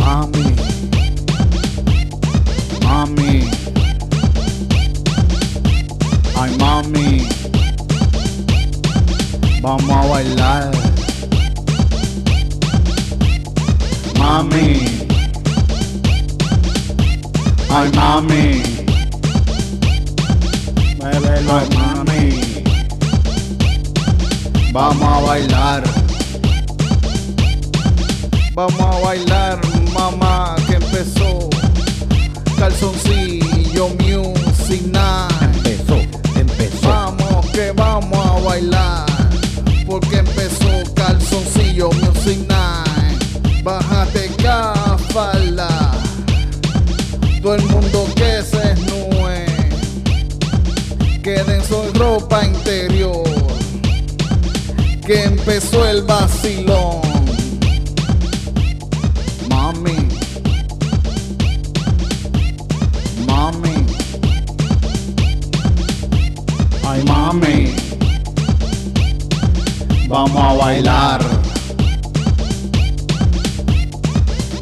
Mami. Mami. Ay, mami. Vamos a bailar. Mami. Ay, mami. Muévelo, ay, mami. Vamos a bailar. Vamos a bailar, mamá, que empezó. Calzoncillo Music Night. Empezó, empezó. Vamos que vamos a bailar Porque empezó calzoncillo Music Night Bájate falda Todo el mundo que se esnúe Queden sin ropa interior Que empezó el vacilón Mami Mami Ay mami, vamos a bailar.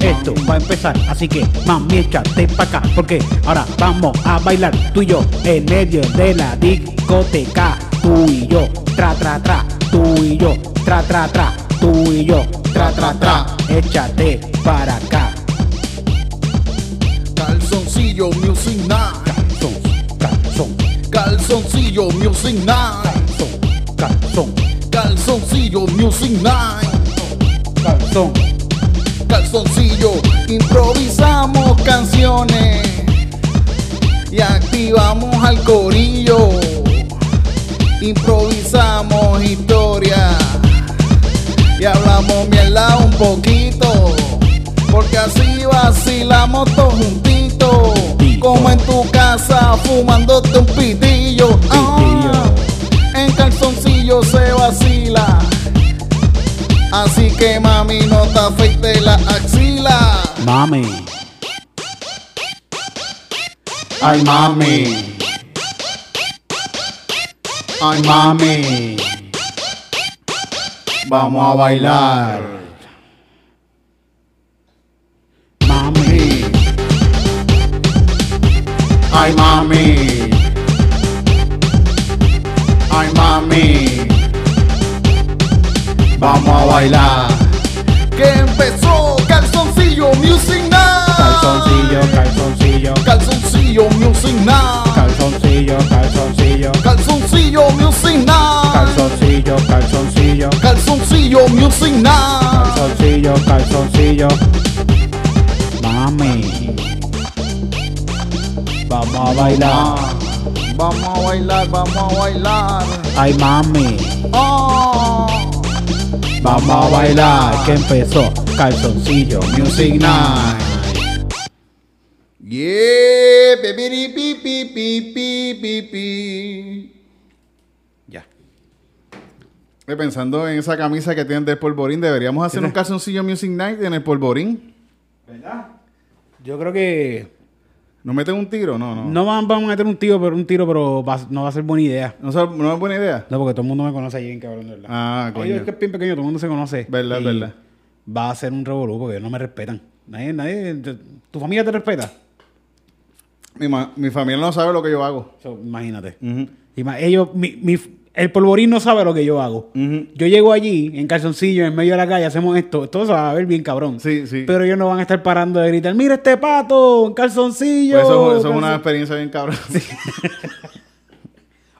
Esto va a empezar, así que mami échate pa' acá Porque ahora vamos a bailar tú y yo En medio de la discoteca Tú y yo, tra tra tra Tú y yo, tra tra tra Tú y yo, tra tra tra Échate para acá Calzoncillo Music Night, Calzón, calzón, calzoncillo Music Night, calzón, calzón, calzoncillo Music Night, calzón calzoncillo. Improvisamos canciones y activamos al corillo. Improvisamos historia y hablamos mierda un poquito, porque así vacilamos todos juntitos, como en tu casa fumándote un pitillo. Ah, en calzoncillo se vacila, así que mami no te afecte la axila. Mami, Ay mami. Ay mami. Vamos a bailar. mami, Sí. Ay mami. Ay mami. Vamos a bailar. Que empezó calzoncillo music night. calzoncillo, calzoncillo Calzoncillo music night. Calzoncillo, calzoncillo Calzoncillo music night. Calzoncillo, calzoncillo Calzoncillo Music Night Calzoncillo, calzoncillo. Mami. Vamos a bailar. Vamos a bailar, vamos a bailar Ay, mami. Ah. Vamos a bailar. Que empezó. Calzoncillo. Music Night Yeah, baby, pi, pi, pi, pi, pi, pi. Ya Estoy Pensando en esa camisa que tienen del polvorín Deberíamos hacer un calzoncillo Music Night en el polvorín Yo creo que. ¿Nos meten un tiro? No, no No van- vamos a meter un tiro, pero un tiro, pero va- no va a ser buena idea. ¿No, se- no es buena idea? No, porque todo el mundo me conoce allí en cabrón, de ¿verdad? Ah, Ay, coño. es que es bien pequeño, todo el mundo se conoce. Verdad, Y verdad. Va a ser un revolú porque no me respetan. Nadie, nadie. Tu familia te respeta. Mi, ma- mi familia no sabe lo que yo hago So, imagínate. Ujú. Ima- ellos, mi- mi- el polvorín no sabe lo que yo hago. Ujú. Yo llego allí, en calzoncillo, en medio de la calle, hacemos esto. Todo se va a ver bien cabrón. Sí, sí Pero ellos no van a estar parando de gritar, mira este pato, en calzoncillo. Pues eso, eso es calzon-". una experiencia bien cabrón.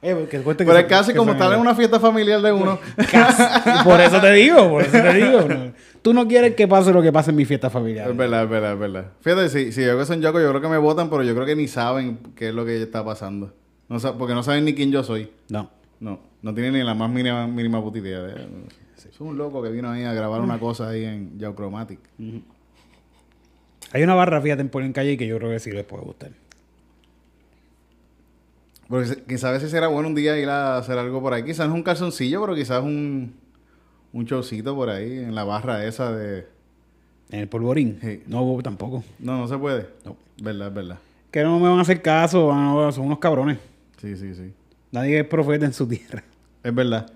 Oye, porque cuente que Pero es son- casi que como son estar en ellos. una fiesta familiar de uno. Casi. Por eso te digo, por eso te digo. No. Tú no quieres que pase lo que pase en mi fiesta familiar. Es verdad, es verdad, es verdad. Fíjate, si, si yo que son yocos, yo creo que me votan, pero yo creo que ni saben qué es lo que está pasando. No, sa- porque no saben ni quién yo soy. No. No, no tienen ni la más mínima, mínima puta idea. de- Es un loco que vino ahí a grabar una cosa ahí en Yauchromatic. Hay una barra, fíjate, en Polo en Calle que yo creo que sí les puede gustar. Porque se- quizás a veces será bueno un día ir a hacer algo por ahí. Quizás no un calzoncillo, pero quizás un, un showcito por ahí en la barra esa de... En el polvorín. Sí. No, tampoco. No, no se puede. No. Verdad, es verdad. Que no me van a hacer caso, van a- son unos cabrones. Sí, sí, sí. Nadie es profeta en su tierra. Es verdad.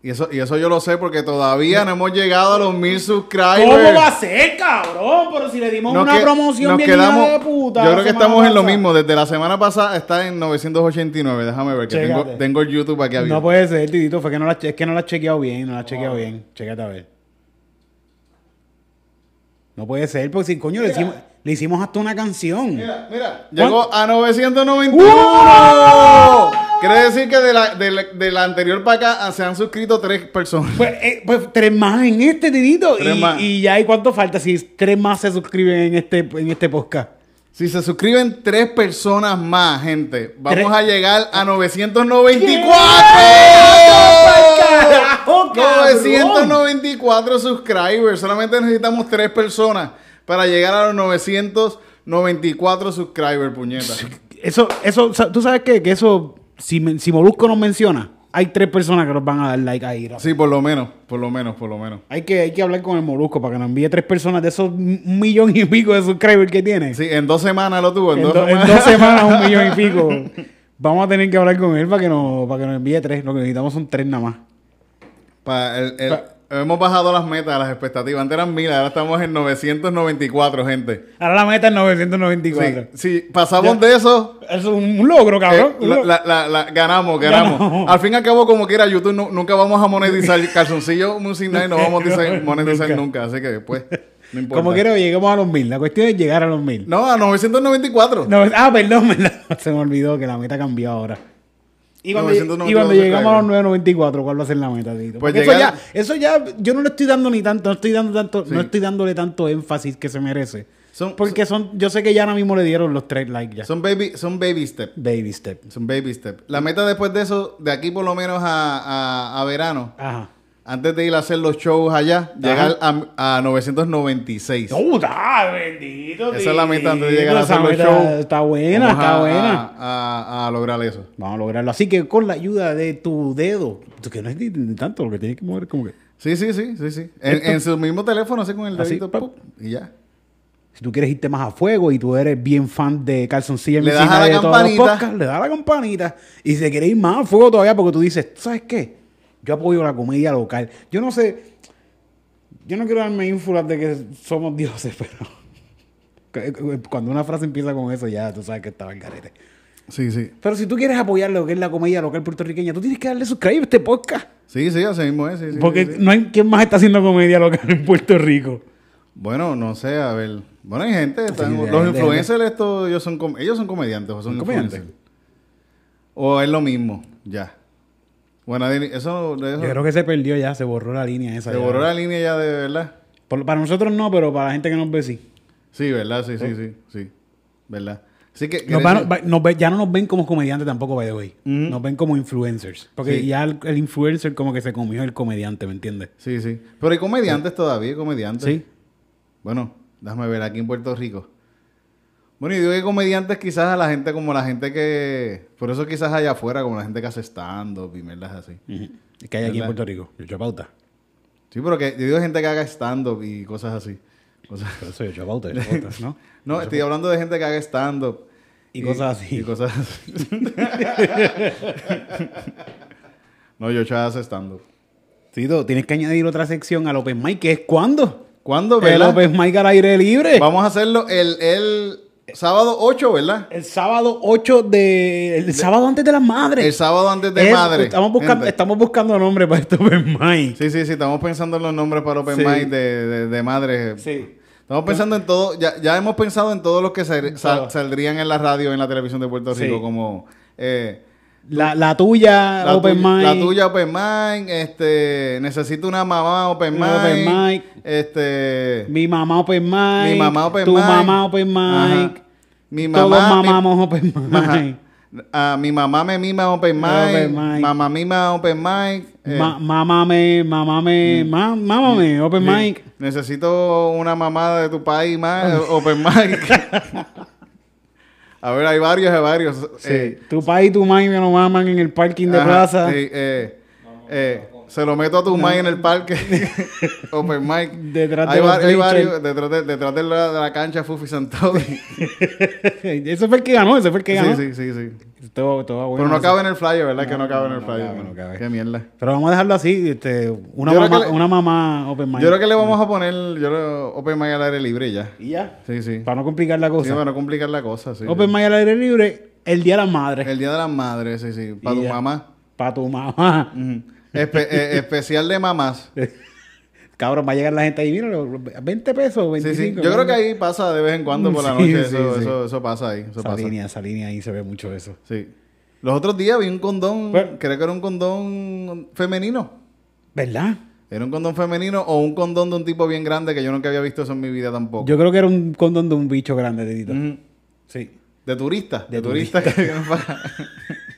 Y eso, y eso yo lo sé porque todavía no hemos llegado a los mil subscribers. ¿Cómo va a ser, cabrón? Pero si le dimos Nos una que- promoción nos bien quedamos- hija de puta. Yo la creo que semana estamos en lo pasada. mismo. Desde la semana pasada está en 989. Déjame ver, que tengo, Chécate. tengo el YouTube aquí abierto. No pues. puede ser, Titito. Fue que no la, es que no la has chequeado bien. No la has chequeado bien. Chécate a ver. No puede ser, porque si coño le hicimos, le hicimos hasta una canción. Mira, mira, llegó a 991. Quiere decir que de la, de la- de la anterior para acá ah, se han suscrito tres personas. Pues, eh, pues, tres más en este, Titito. Tres Y, más. y ya hay cuánto falta si tres más se suscriben en este, en este podcast. Si se suscriben tres personas más, gente, vamos Tres. a llegar a 994. ¡Pa'l carajo, cabrón! 994 subscribers. Solamente necesitamos tres personas para llegar a los 994 subscribers, puñeta. Eso, eso, sa- tú sabes qué? que eso, si, men- si Molusco nos menciona, hay tres personas que nos van a dar like ahí. Sí, por lo menos, por lo menos, por lo menos. Hay que, hay que hablar con el Molusco para que nos envíe tres personas de esos m- un millón y pico de subscribers que tiene. Sí, en dos semanas lo tuvo. En, en, dos, do- en semanas. dos semanas un millón y pico. Vamos a tener que hablar con él para que nos, para que nos envíe tres. Lo que necesitamos son tres nada más. Pa- el- el- Hemos bajado las metas, las expectativas. Antes eran mil, ahora estamos en 994, gente. Ahora la meta es Sí, 994. si pasamos de eso, Eso es un un logro, cabrón. Eh, Un la- logro. la- la- la- ganamos, ganamos, Ah, Ganamos. Al fin y al cabo, como quiera, YouTube nu- nunca vamos a monetizar calzoncillo Music Night, no vamos a monetizar, monetizar nunca. Así que después, no importa. Como quiero, lleguemos a los mil. La cuestión es llegar a los mil. No, a 994. No, ah, perdón, ¿verdad? se me olvidó que la meta cambió ahora. Y cuando, 992 y cuando llegamos a los subscribers. 994, ¿cuál va a ser la meta, Tito? Pues Porque llegar- eso, ya, eso ya, yo no le estoy dando ni tanto, no estoy dando tanto, no estoy dándole tanto énfasis que se merece. Son- porque son, yo sé que ya ahora mismo le dieron los tres likes ya. Son baby, son baby step. Baby step. Son baby step. La meta después de eso, de aquí por lo menos a, a- a verano, Ajá. antes de ir a hacer los shows allá, llegar a, a 996. ¡No, da, bendito! Esa es la meta antes de llegar a Esa hacer los meta shows. Está buena, Vamos está a- buena. a- a- a lograr eso. Vamos a lograrlo. Así que con la ayuda de tu dedo, que no es ni, ni tanto lo que tienes que mover, como que. Sí, sí, sí, sí, sí. En, en su mismo teléfono, así con el Así, dedito, pap. pop, y ya. Si tú quieres irte más a fuego y tú eres bien fan de calzoncillas Le y das Missy a la Elliott de todos los campanita. podcasts, le das a la campanita. Y si te quieres ir más a fuego todavía, porque tú dices, ¿sabes qué? Yo apoyo la comedia local. Yo no sé. Yo no quiero darme ínfulas de que somos dioses, pero. Cuando una frase empieza con eso, ya tú sabes que estaba el garete. Sí, sí. Pero si tú quieres apoyar lo que es la comedia local puertorriqueña, tú tienes que darle subscribe a este podcast. Sí, sí, así mismo es. sí, sí, Porque sí, sí. no hay quien más está haciendo comedia local en Puerto Rico. Bueno, no sé, a ver. Bueno, hay gente. están- Sí, sí, hay los gente, influencers, estos, ellos son, com- ellos son comediantes o son ¿Son comediantes? influencers. O es lo mismo, ya. Bueno, Adeli, eso, de eso Yo creo que se perdió ya, se borró la línea esa. se ya. borró la línea ya de verdad. Por- para nosotros no, pero para la gente que nos ve sí. Sí, verdad, sí, sí, sí, sí. ¿Verdad? Así que. Oh. Nos van- va- nos ve- ya no nos ven como comediantes tampoco, by the way. Ujú. Nos ven como influencers. Porque Sí. ya el, el influencer como que se comió el comediante, ¿me entiendes? Sí, sí. Pero hay comediantes todavía, hay comediantes. Sí. Bueno, déjame ver aquí en Puerto Rico. Bueno, y digo que comediantes quizás a la gente como la gente que... Por eso quizás allá afuera, como la gente que hace stand-up y merdas así. Es que hay aquí ¿Verdad? en Puerto Rico. Yo pauta. Sí, pero que yo digo gente que haga stand-up y cosas así. Cosas- Por eso yo pauta, yo pauta, ¿no? No, estoy hablando de gente que haga stand-up. Y cosas así. Y cosas así. no, yo ya hace stand-up. Tito, tienes que añadir otra sección al Open Mic, que es ¿cuándo? ¿Cuándo, El verdad? Open Mic al aire libre. Vamos a hacerlo el, el sábado 8, ¿verdad? El sábado 8 de... El sábado antes de las madres. El sábado antes de Es- madre. Estamos buscando, gente. estamos buscando nombre para este Open Mic. Sí, sí, sí, estamos pensando en los nombres para Open Sí. Mic de, de, de madres. Sí. Estamos pensando en todo, ya, ya hemos pensado en todos los que sal- sal- Todo. saldrían en la radio, en la televisión de Puerto Sí. Rico, como eh, La, la tuya, la, Open tuya- Mic. la tuya Open Mic, este, necesito una mamá Open Mic, Una open mic. este, Mi mamá Open Mic. mi mamá Open tu Mic, mamá Open Mic. ajá, mi Todos mamá, mi- mamamos Open Mic. ajá. Ah, mi mamá me mima Open Mic, Open mic. mamá mima Open Mic, eh, Ma- mamame, mamame, ma- mamame, Open Mm. Sí. Mic. Necesito una mamada de tu país más, open mic. A ver, hay varios, hay varios. Eh, tu país y tu mami me lo maman en el parking de ajá, plaza. sí, eh, eh, se lo meto a tu mic en el parque. open mic. Detrás de hay, los va- hay bleachers. varios. Detrás de, detrás de la, de la cancha Fufi Santori. ese fue el que ganó, ese fue el que sí, ganó. sí, sí, sí. Todo- todo bueno. Pero no cabe en el flyer, ¿verdad? que no cabe en el no flyer. cabe, no cabe. Qué mierda. Pero vamos a dejarlo así, este, una, Yo creo mamá, que le- una mamá open mind. Yo creo que le vamos a poner yo creo, Open Mic al aire libre y ya. Y ya. Sí, sí. Para no complicar la Sí, cosa. para no complicar la cosa, sí. Eh. open mind al aire libre, el Día de las Madres. El Día de las Madres, sí, sí. Para Y tu ya. mamá. Para tu mamá. Ujú. Espe- eh, especial de mamás. Cabrón, va a llegar la gente ahí, mira, los 20 pesos, Sí, 25. sí. Yo creo que ahí pasa de vez en cuando por la Sí, noche. sí, eso, sí. Eso, eso pasa ahí. Eso Esa pasa. línea, esa línea ahí se ve mucho eso. Sí. Los otros días vi un condón, Bueno. creo que era un condón femenino. ¿Verdad? Era un condón femenino o un condón de un tipo bien grande que yo nunca había visto eso en mi vida tampoco. Yo creo que era un condón de un bicho grande, Titito. Ujú. Sí. De turista. De, De turista. que vienen para-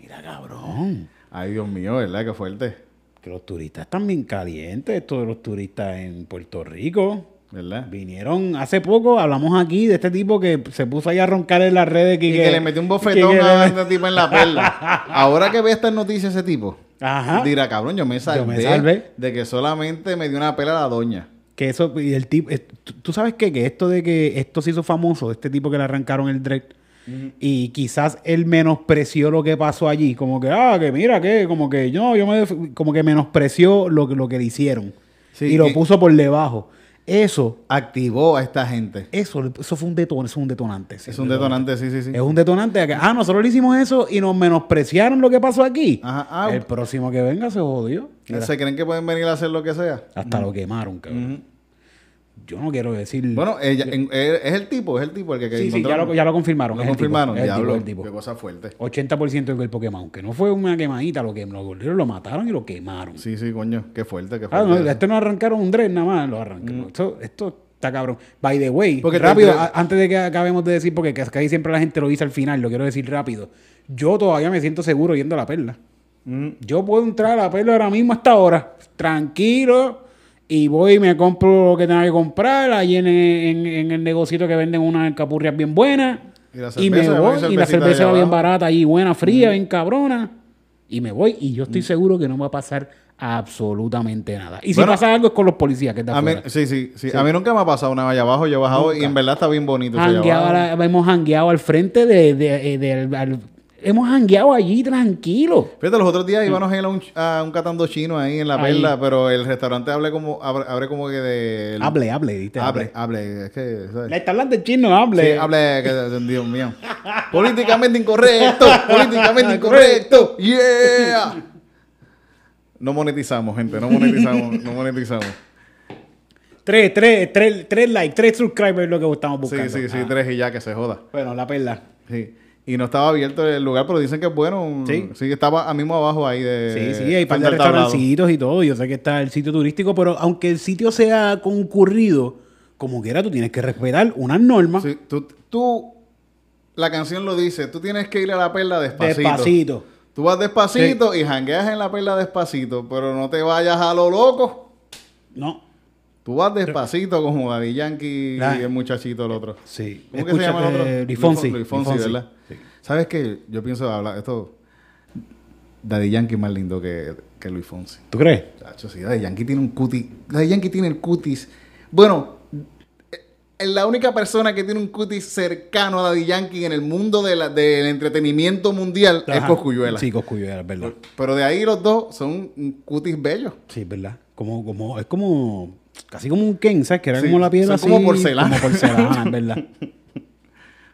Mira, cabrón. Ay, Dios mío, ¿verdad? Qué fuerte. Que los turistas están bien calientes, esto de los turistas en Puerto Rico. ¿Verdad? Vinieron hace poco, hablamos aquí de este tipo que se puso ahí a roncar en las redes. Que, Y que, le metió un bofetón que- que- a ese tipo en la perla. Ahora que ve estas noticias ese tipo, Ajá. dirá, cabrón, yo me salvé, Yo me salvé. de que solamente me dio una pela a la doña. Que eso, y el tipo, es- tú- tú sabes qué? que esto de que esto se hizo famoso, este tipo que le arrancaron el dread, y quizás él menospreció lo que pasó allí, como que, ah, que mira, que, como que yo, yo me, def- como que menospreció lo, que- lo que le hicieron, Sí, y lo que- puso por debajo. Eso, Activó a esta gente. eso, eso fue un detonante, es un detonante. sí, Es un detonante, sí, sí, sí. Es un detonante. a que, ah, nosotros le hicimos eso y nos menospreciaron lo que pasó aquí. Ajá, ah. el próximo que venga se jodió. Mira, ¿Se creen que pueden venir a hacer lo que sea? hasta lo quemaron, cabrón. Yo no quiero decir... Bueno, ella, en- eh, es el tipo, es el tipo el que, que Sí, sí, ya encontraron. lo, ya lo confirmaron. Lo es el tipo, confirmaron, es el tipo, diablo. es el tipo. Qué cosa fuerte. 80% del cuerpo quemado. Aunque no fue una quemadita, lo que lo golpearon, lo mataron y lo quemaron. Sí, sí, coño, qué fuerte, qué Ah, fuerte. no, este no arrancaron un dren nada más, lo arrancaron. Esto, esto está cabrón. By the way, Mm. Porque rápido, te- te- a- antes de que acabemos de decir, porque casi siempre la gente lo dice al final, lo quiero decir rápido. Yo todavía me siento seguro yendo a la perla. Mm. Yo puedo entrar a la perla ahora mismo hasta ahora, tranquilo, y voy y me compro lo que tenga que comprar allí en, en- en el negocito que venden unas capurrias bien buenas. Y la Y, me cerveza, voy, buena y la cervecita de cerveza va bien abajo. barata y buena, fría, bien cabrona. Y me voy y yo estoy seguro que no va a pasar absolutamente nada. Y si Bueno, pasa algo es con los policías que están A mí, afuera. sí, sí, sí, A mí nunca me ha pasado una valla abajo. Yo he bajado y en verdad está bien bonito. ese allá Jangueado abajo. a la- hemos hangueado al frente de... de- eh, del- al- hemos hangueado allí tranquilo. Fíjate, los otros días íbamos a ir a un, a un catando chino ahí en la Mm. Ahí. perla, pero el restaurante abre como, abre, abre como que de. Hable, hable, diste. Hable, hable, es que. ¿sabes? La de chino, Sí, hable. hable, que- Dios mío. Políticamente incorrecto, políticamente incorrecto. Yeah. No monetizamos, gente, no monetizamos, no monetizamos. Tres, tres, tres, tres likes, tres subscribers es lo que estamos Sí, buscando. sí, sí, Ah, tres y ya que se joda. Bueno, la perla. Sí. Y no estaba abierto el lugar, pero dicen que es bueno. Sí. Sí, estaba a mismo abajo ahí de. Sí, sí, hay par de frente al tablado. restaurancitos y todo. Yo sé que está el sitio turístico, pero aunque el sitio sea concurrido, como quiera, tú tienes que respetar unas normas. Sí, tú, tú- la canción lo dice, tú tienes que ir a la perla despacito. Despacito. Tú vas despacito y jangueas en la perla despacito, pero no te vayas a lo loco. No. Tú vas despacito como Daddy Yankee La- y el muchachito el otro. Sí. ¿Cómo que se llama el otro? Luis Fonsi. Luis Fonsi, Luis Fonsi. ¿verdad? ¿Sabes qué? Yo pienso hablar esto. Daddy Yankee es más lindo que, que Luis Fonsi. ¿Tú crees? Chacho, sí, Daddy Yankee tiene un cutis. Daddy Yankee tiene el cutis. Bueno, eh, la única persona que tiene un cutis cercano a Daddy Yankee en el mundo de la- del entretenimiento mundial es Ajá. Coscuyuela. Sí, Coscuyuela, es verdad. Pero de ahí los dos son un cutis bello. Sí, es verdad. Como, como, es como, casi como un Ken, ¿sabes? Que era Sí, como la piedra son así. como porcelana. Como porcelana, es verdad.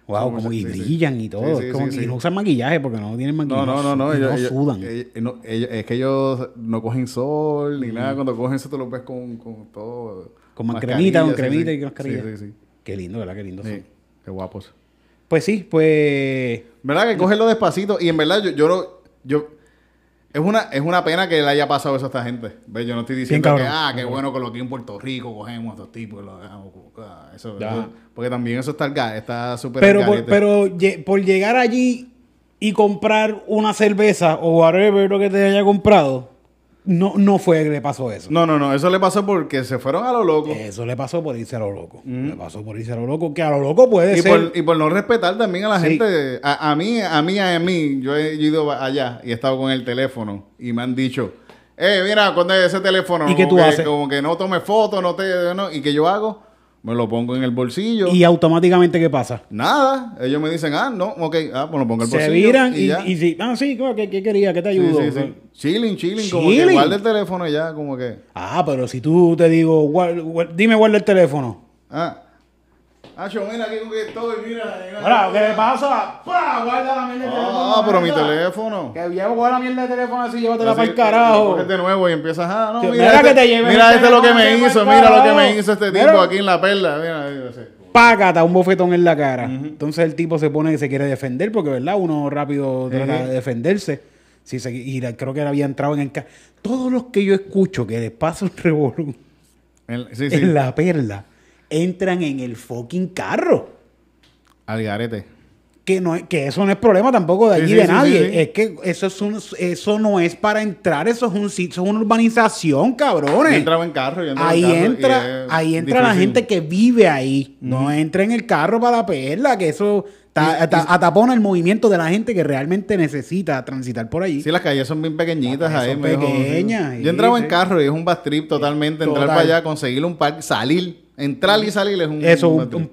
Wow, Como como y se- sí, sí. brillan y todo. Sí, sí, es como sí, que sí. no usan maquillaje porque no tienen maquillaje. No, no, no, no. y Ellos, no ellos- sudan. ellos- eh, no, ellos- es que ellos no cogen sol ni nada. Cuando cogen sol, tú los ves con, con todo. Mm. con más cremita, mascarilla, con sí, cremita sí. y mascarilla. Sí, sí, sí. Qué lindo, ¿verdad? Qué lindo. son. Sí, Qué guapos. Pues sí, pues. ¿Verdad? Que cogerlo despacito. Y en verdad, yo, yo no. Yo, es una, es una pena que le haya pasado eso a esta gente. ¿Ves? Yo no estoy diciendo que, cabrón. ah, qué bueno que lo aquí en Puerto Rico cogemos a estos tipos y los dejamos. ah, Eso, Ya. eso- porque también eso está al ga- está súper Pero, al por, garete. pero lle- por llegar allí y comprar una cerveza o whatever lo que te haya comprado, no, no fue que le pasó eso. No, no, no. Eso le pasó porque se fueron a lo loco. Eso le Mm. pasó por irse a lo loco. Le pasó por irse a lo loco, que a lo loco puede Y ser. por, y por no respetar también a la Sí. gente, a, a mí, a mí, a mí, yo he ido allá y he estado con el teléfono y me han dicho, eh, mira, cuando ese teléfono, ¿Y qué como tú que- haces? como que no tome fotos, no te, no", y que yo hago, me lo pongo en el bolsillo. Y automáticamente, ¿qué pasa? Nada. Ellos me dicen, ah, no, ok, ah, pues lo pongo en el bolsillo. Se viran y, ya. y sí, ah, sí, ¿qué, qué quería? ¿Qué te Sí, ayudo? sí, sí. Chilling, chilling, como que Chilling. guarda el teléfono y ya, como que. Ah, pero si tú te digo, "Guar- guar- dime, guarda el teléfono. Ah. Ah, yo, mira aquí con que estoy, mira. mira. Ahora, ¿qué le pasa? ¡Pah! Guarda la mierda de teléfono. Ah, pero mi mierda. teléfono. Que llevo guarda la mierda de teléfono así, llévatela Así, para el carajo. coges de nuevo y empiezas, ah, no, Que mira, mira este, que te lleve mira el este lo que me teléfono, hizo, que mira lo que carajo. me hizo este tipo Mira. aquí en la perla. Mira, mira, así. Págata, un bofetón en la cara. Entonces el tipo se pone que se quiere defender, porque verdad, uno rápido trata Ujú. de defenderse. Sí, se- y la- creo que él había entrado en el ca- Todos los que yo escucho que les pasa un revolú En- sí, sí. en la perla, entran en el fucking carro. Al garete. que no es- que eso no es problema tampoco de Sí, allí sí, de sí, nadie sí, sí. es que eso es un, eso no es para entrar eso es un sitio eso es una urbanización cabrones Yo entraba en carro, yo entraba en ahí carro y entra es ahí entra la difícil. gente que vive ahí no entra en el carro para la perla que eso ta- Y- ta- atapona el movimiento de la gente que realmente necesita transitar por allí Sí, las calles son bien pequeñitas Las ahí, calles son me dijo, sí. pequeñas, sí, Yo entraba sí. en carro y es un bad trip totalmente. Entrar Total. para allá, conseguir un parque, salir. Entrar y salir es un. eso bad un, trip. un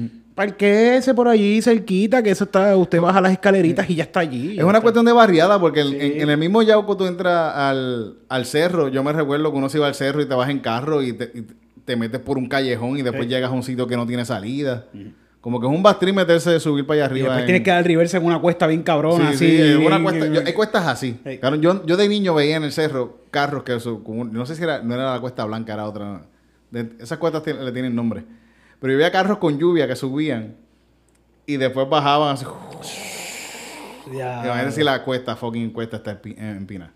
pain Parquéese por allí cerquita que eso está usted baja las escaleritas y ya está allí Es una cuestión de barriada, porque en- en, en el mismo Yauco tú entras al, al cerro. Yo me recuerdo que uno se iba al cerro y te vas en carro y te, y te metes por un callejón y después llegas a un sitio que no tiene salida. Como que es un bastrip meterse, subir para allá y arriba. después en- tienes que dar reversa en una cuesta bien cabrona Sí, así sí, es una bien- cuesta- yo- hay cuestas así. Sí. Claro, yo, yo de niño veía en el cerro carros que eso, como- no sé si era, no era la cuesta blanca, era otra. De- esas cuestas tien- le tienen nombre. Pero yo veía carros con lluvia que subían y después bajaban así. Ya. Imagínate si la cuesta, fucking cuesta está empi- eh, empinada.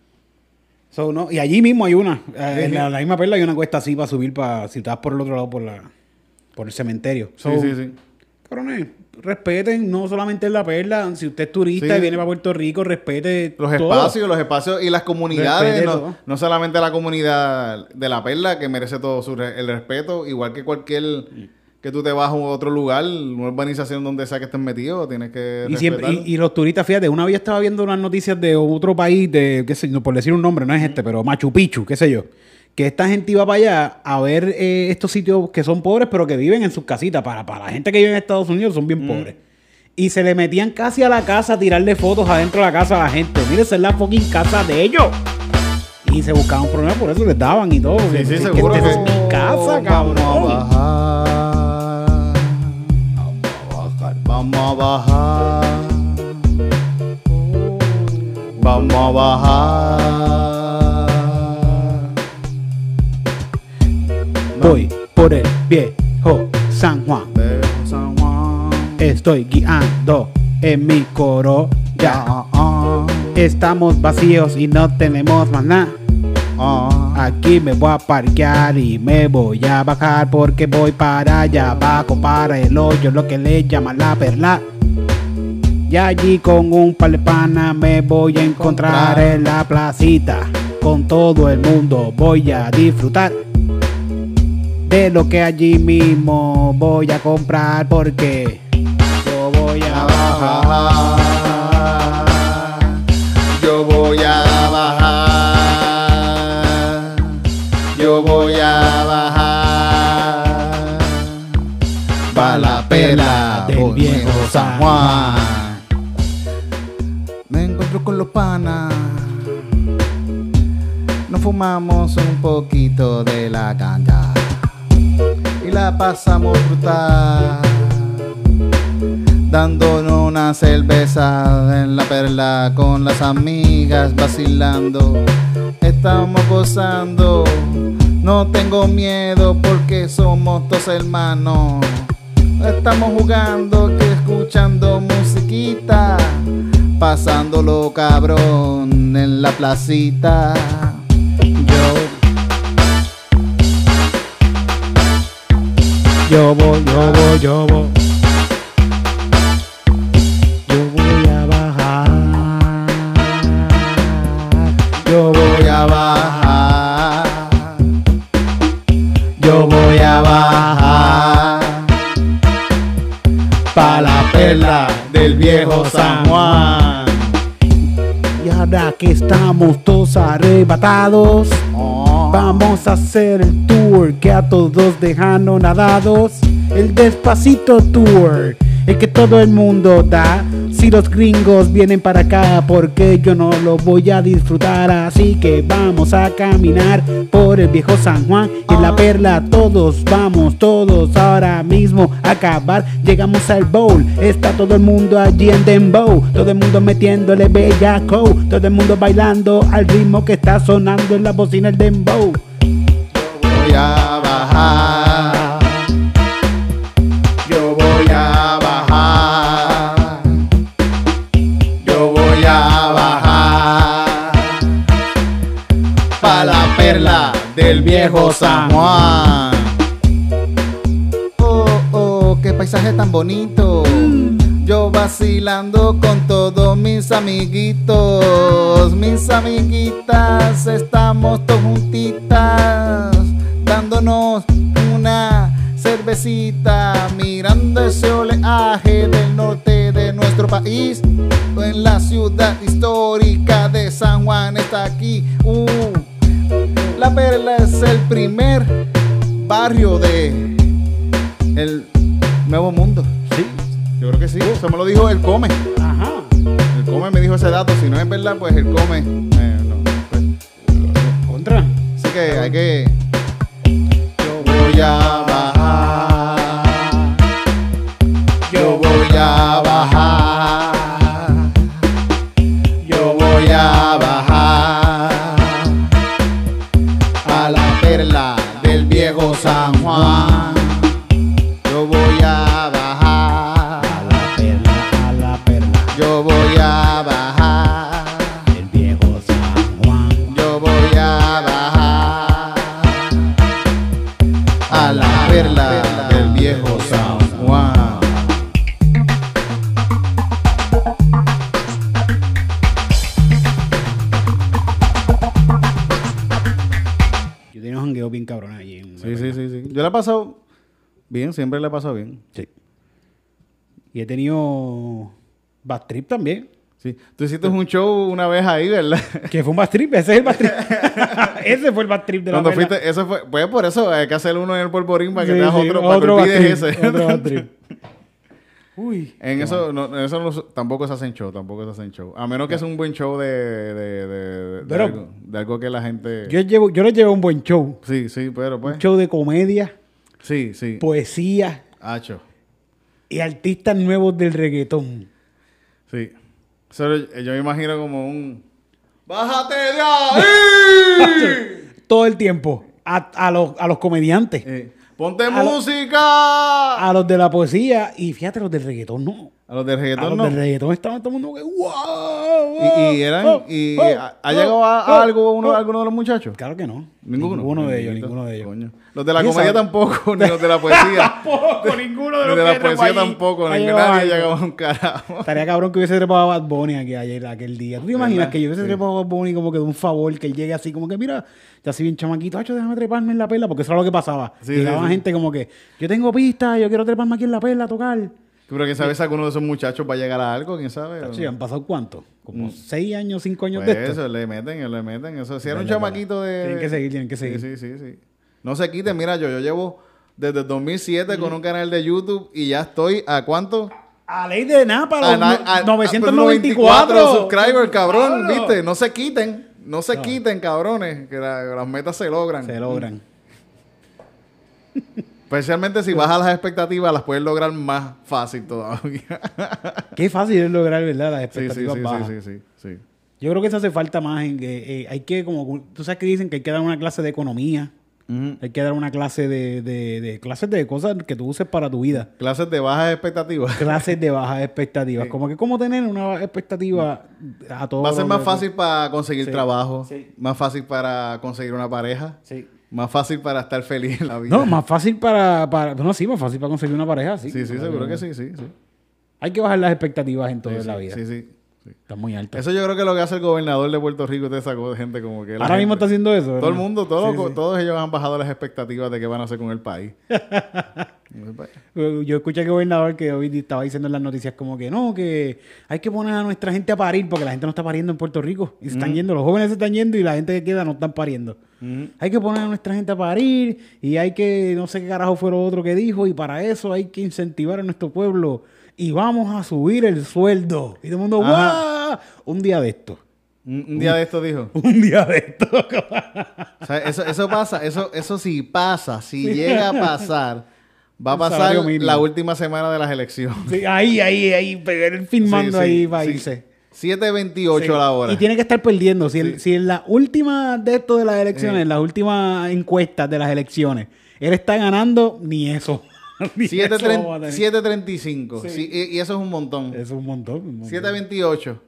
So, no, y allí mismo hay una. eh, Sí, en sí. la, la misma perla hay una cuesta así para subir para si estás por el otro lado por la por el cementerio. So, sí, sí, sí. Cabrones, respeten no solamente en la perla, si usted es turista Sí. y viene para Puerto Rico, respete Los todo. espacios, los espacios y las comunidades, Respete no, todo. no solamente la comunidad de la perla que merece todo su re- el respeto, igual que cualquier que tú te vas a otro lugar, una urbanización donde sea que estés metido, tienes que Y, siempre, respetarlo. y, y los turistas, fíjate, una vez yo estaba viendo unas noticias de otro país, de, qué sé yo, por decir un nombre, no es este, pero Machu Picchu, qué sé yo. Que esta gente iba para allá a ver eh, estos sitios que son pobres, pero que viven en sus casitas. Para, para la gente que vive en Estados Unidos son bien pobres. Y se le metían casi a la casa a tirarle fotos adentro de la casa a la gente. Mire, esa es la fucking casa de ellos. Y se buscaban problemas, por eso les daban y todo. Sí, Porque, sí, "Es que seguro. esta que- es mi casa, cabrón. Vamos a bajar. Vamos a bajar. Vamos a bajar. Voy por el viejo San Juan. De San Juan. Estoy guiando en mi coro ya. Ah, ah, Estamos vacíos y no tenemos más nada. ah. Aquí me voy a parquear y me voy a bajar porque voy para allá abajo, para el hoyo, lo que le llaman la perla. Y allí con un par de panas me voy a encontrar en la placita. Con todo el mundo voy a disfrutar de lo que allí mismo voy a comprar porque yo voy a bajar. bajar. Yo voy a bajar. Yo voy a bajar. Va la pela Del por viejo Nuevo San Juan. Me encuentro con los panas. Nos fumamos un poquito de la ganja y la pasamos brutal dándonos una cerveza en la perla con las amigas vacilando. Estamos gozando, no tengo miedo porque somos dos hermanos. Estamos jugando, que escuchando musiquita, pasándolo cabrón en la placita. Yo Yo voy, yo voy, yo voy. Yo voy a bajar. Yo voy voy a, a bajar, yo voy a bajar para la perla del viejo San Juan. Y ahora que estamos todos arrebatados, Oh. Vamos a hacer el tour que a todos dejaron nadados. El despacito tour, el que todo el mundo da. Si los gringos vienen para acá, porque yo no lo voy a disfrutar. Así que vamos a caminar por el viejo San Juan y en la perla. Todos vamos, todos ahora mismo a acabar. Llegamos al bowl, está todo el mundo allí en Dembow. Todo el mundo metiéndole bellaco. Todo el mundo bailando al ritmo que está sonando en la bocina el Dembow. voy a bajar. Yo voy a bajar. Yo voy a bajar. Pa' la perla del viejo San Juan. Oh, oh, qué paisaje tan bonito. Yo vacilando con todos mis amiguitos, mis amiguitas, estamos todos juntitas, dándonos una cervecita, mirando ese oleaje del norte de nuestro país. En la ciudad histórica de San Juan está aquí. Uh, la Perla es el primer barrio de el Nuevo Mundo. Sí. Yo creo que sí, eso me lo dijo el Come. Ajá. El Come me dijo ese dato, si no es verdad, pues el Come. eh, no, pues, Contra. así que hay que. Yo voy a bajar. Yo voy a bajar. Yo voy a bajar. A la perla del viejo San Juan. Yo voy a bajar. la perla, a la perla, Yo voy a bajar. el viejo San Juan. Yo voy a bajar a la perla del viejo San Juan. Yo tenía un jangueo bien cabrón allí. en- Sí, sí, sí, sí. Yo la he pasado bien, siempre la he pasado bien. Sí. Y he tenido Bad Trip también. Sí. Tú hiciste un show una vez ahí, ¿verdad? Que fue un Bad Trip, ese es el Bad Trip. ese fue el Bad Trip de la Cuando perla. fuiste, eso fue, pues por eso hay que hacer uno en el polvorín para que Sí, te hagas sí, otro, para que Bad olvides Trip, ese. otro Bad Trip. Uy. En eso, no, en eso no- tampoco se hacen show, tampoco se hacen show. A menos que sea un buen show de, de, de, de Pero- algo, de algo que la gente... Yo, llevo, yo les llevo un buen show. Sí, sí, pero pues... Un show de comedia, Sí, sí. poesía Hacho. y artistas nuevos del reggaetón. Sí. Solo yo yo me imagino como un. ¡Bájate de ahí! Todo el tiempo. A, a los, a los comediantes. Eh, ¡Ponte A lo- música! a los de la poesía y fíjate los del reggaetón no a los del a reggaetón los no. del reggaetón Oh, estaban todo el mundo que wow y, y eran. y, eh, ¿Ha ha llegado a, a algo uno, alguno de los muchachos? claro que no Ninguno. de ellos Bendito. oh, ninguno de ellos Coño. Los de la Oye, comedia ¿sabes? tampoco, ni los de la poesía. tampoco ninguno ni de la poesía tampoco, ni nadie llegaba a un carajo. Estaría cabrón que hubiese trepado a Bad Bunny aquí ayer, aquel día. ¿Tú te imaginas ¿Verdad? que yo hubiese Sí. trepado a Bad Bunny como que de un favor, que él llegue así como que, mira, ya así bien chamaquito, hacho, déjame treparme en la perla, porque eso era lo que pasaba. Sí, Llegaba sí, sí. gente como que, yo tengo pista, yo quiero treparme aquí en la perla a tocar. Pero que sabes, alguno de esos muchachos va a llegar a algo, quién sabe. Sí, han pasado cuánto? Como seis años, cinco años Mm. Pues de esto. eso, le meten, le meten. Eso, si era un Verdad, chamaquito de. Tienen que seguir, tienen que Sí, sí, seguir. sí, sí. No se quiten, mira, yo, yo llevo desde el 2007 con un canal de YouTube y ya estoy a cuánto? A ley de nada para A los na- no- a- a 994 subscribers, cabrón, Cabrón. viste. No se quiten, no se quiten, cabrones, que la- las metas se logran. Se logran. Especialmente si bajas las expectativas, las puedes lograr más fácil todavía. Qué fácil es lograr, ¿verdad? Las sí, sí, sí, expectativas sí, bajas. sí, sí, sí. Yo creo que eso hace falta más en que eh, hay que, como, tú sabes que dicen que hay que dar una clase de economía, Ujú. hay que dar una clase de, de, de clases de cosas que tú uses para tu vida. Clases de bajas expectativas. Clases de bajas expectativas. Sí. Como que cómo tener una expectativa a todo. Va a ser lo más que- fácil para conseguir Sí, trabajo, sí. más fácil para conseguir una pareja, Sí. más fácil para estar feliz en la vida. No, más fácil para, para... No, sí, más fácil para conseguir una pareja, sí. Sí, sí, seguro que sí, sí, sí. Hay que bajar las expectativas en toda Sí, la sí, vida. sí, sí, sí. Está muy alta. Eso yo creo que es lo que hace el gobernador de Puerto Rico, te sacó de gente como que... la Ahora mismo está gente- haciendo eso. Todo el ¿verdad? mundo, todo- Sí, sí. todos ellos han bajado las expectativas de qué van a hacer con el país. Eh, Yo escuché al gobernador que hoy estaba diciendo en las noticias como que no, que hay que poner a nuestra gente a parir porque la gente no está pariendo en Puerto Rico. Y se están yendo, los jóvenes se están yendo y la gente que queda no están pariendo. Hay que poner a nuestra gente a parir y hay que, no sé qué carajo fue lo otro que dijo, y para eso hay que incentivar a nuestro pueblo y vamos a subir el sueldo. Y todo el mundo, ¡guau! Un día de esto. Un un día de esto dijo. Un día de esto. O sea, eso, eso pasa, eso, eso sí pasa, si llega a pasar, va a Un pasar salario mínimo. la última semana de las elecciones. Sí, ahí, ahí, ahí, pe- filmando ahí países. 7.28 a la hora. Y tiene que estar perdiendo. Si, el- si en la última de esto de las elecciones, en las últimas encuestas de las elecciones, él está ganando, ni eso. Ni Siete eso tren- vamos a tener. 7.35. Sí. Sí, y, y eso es un montón. Es un montón. un montón. 7.28.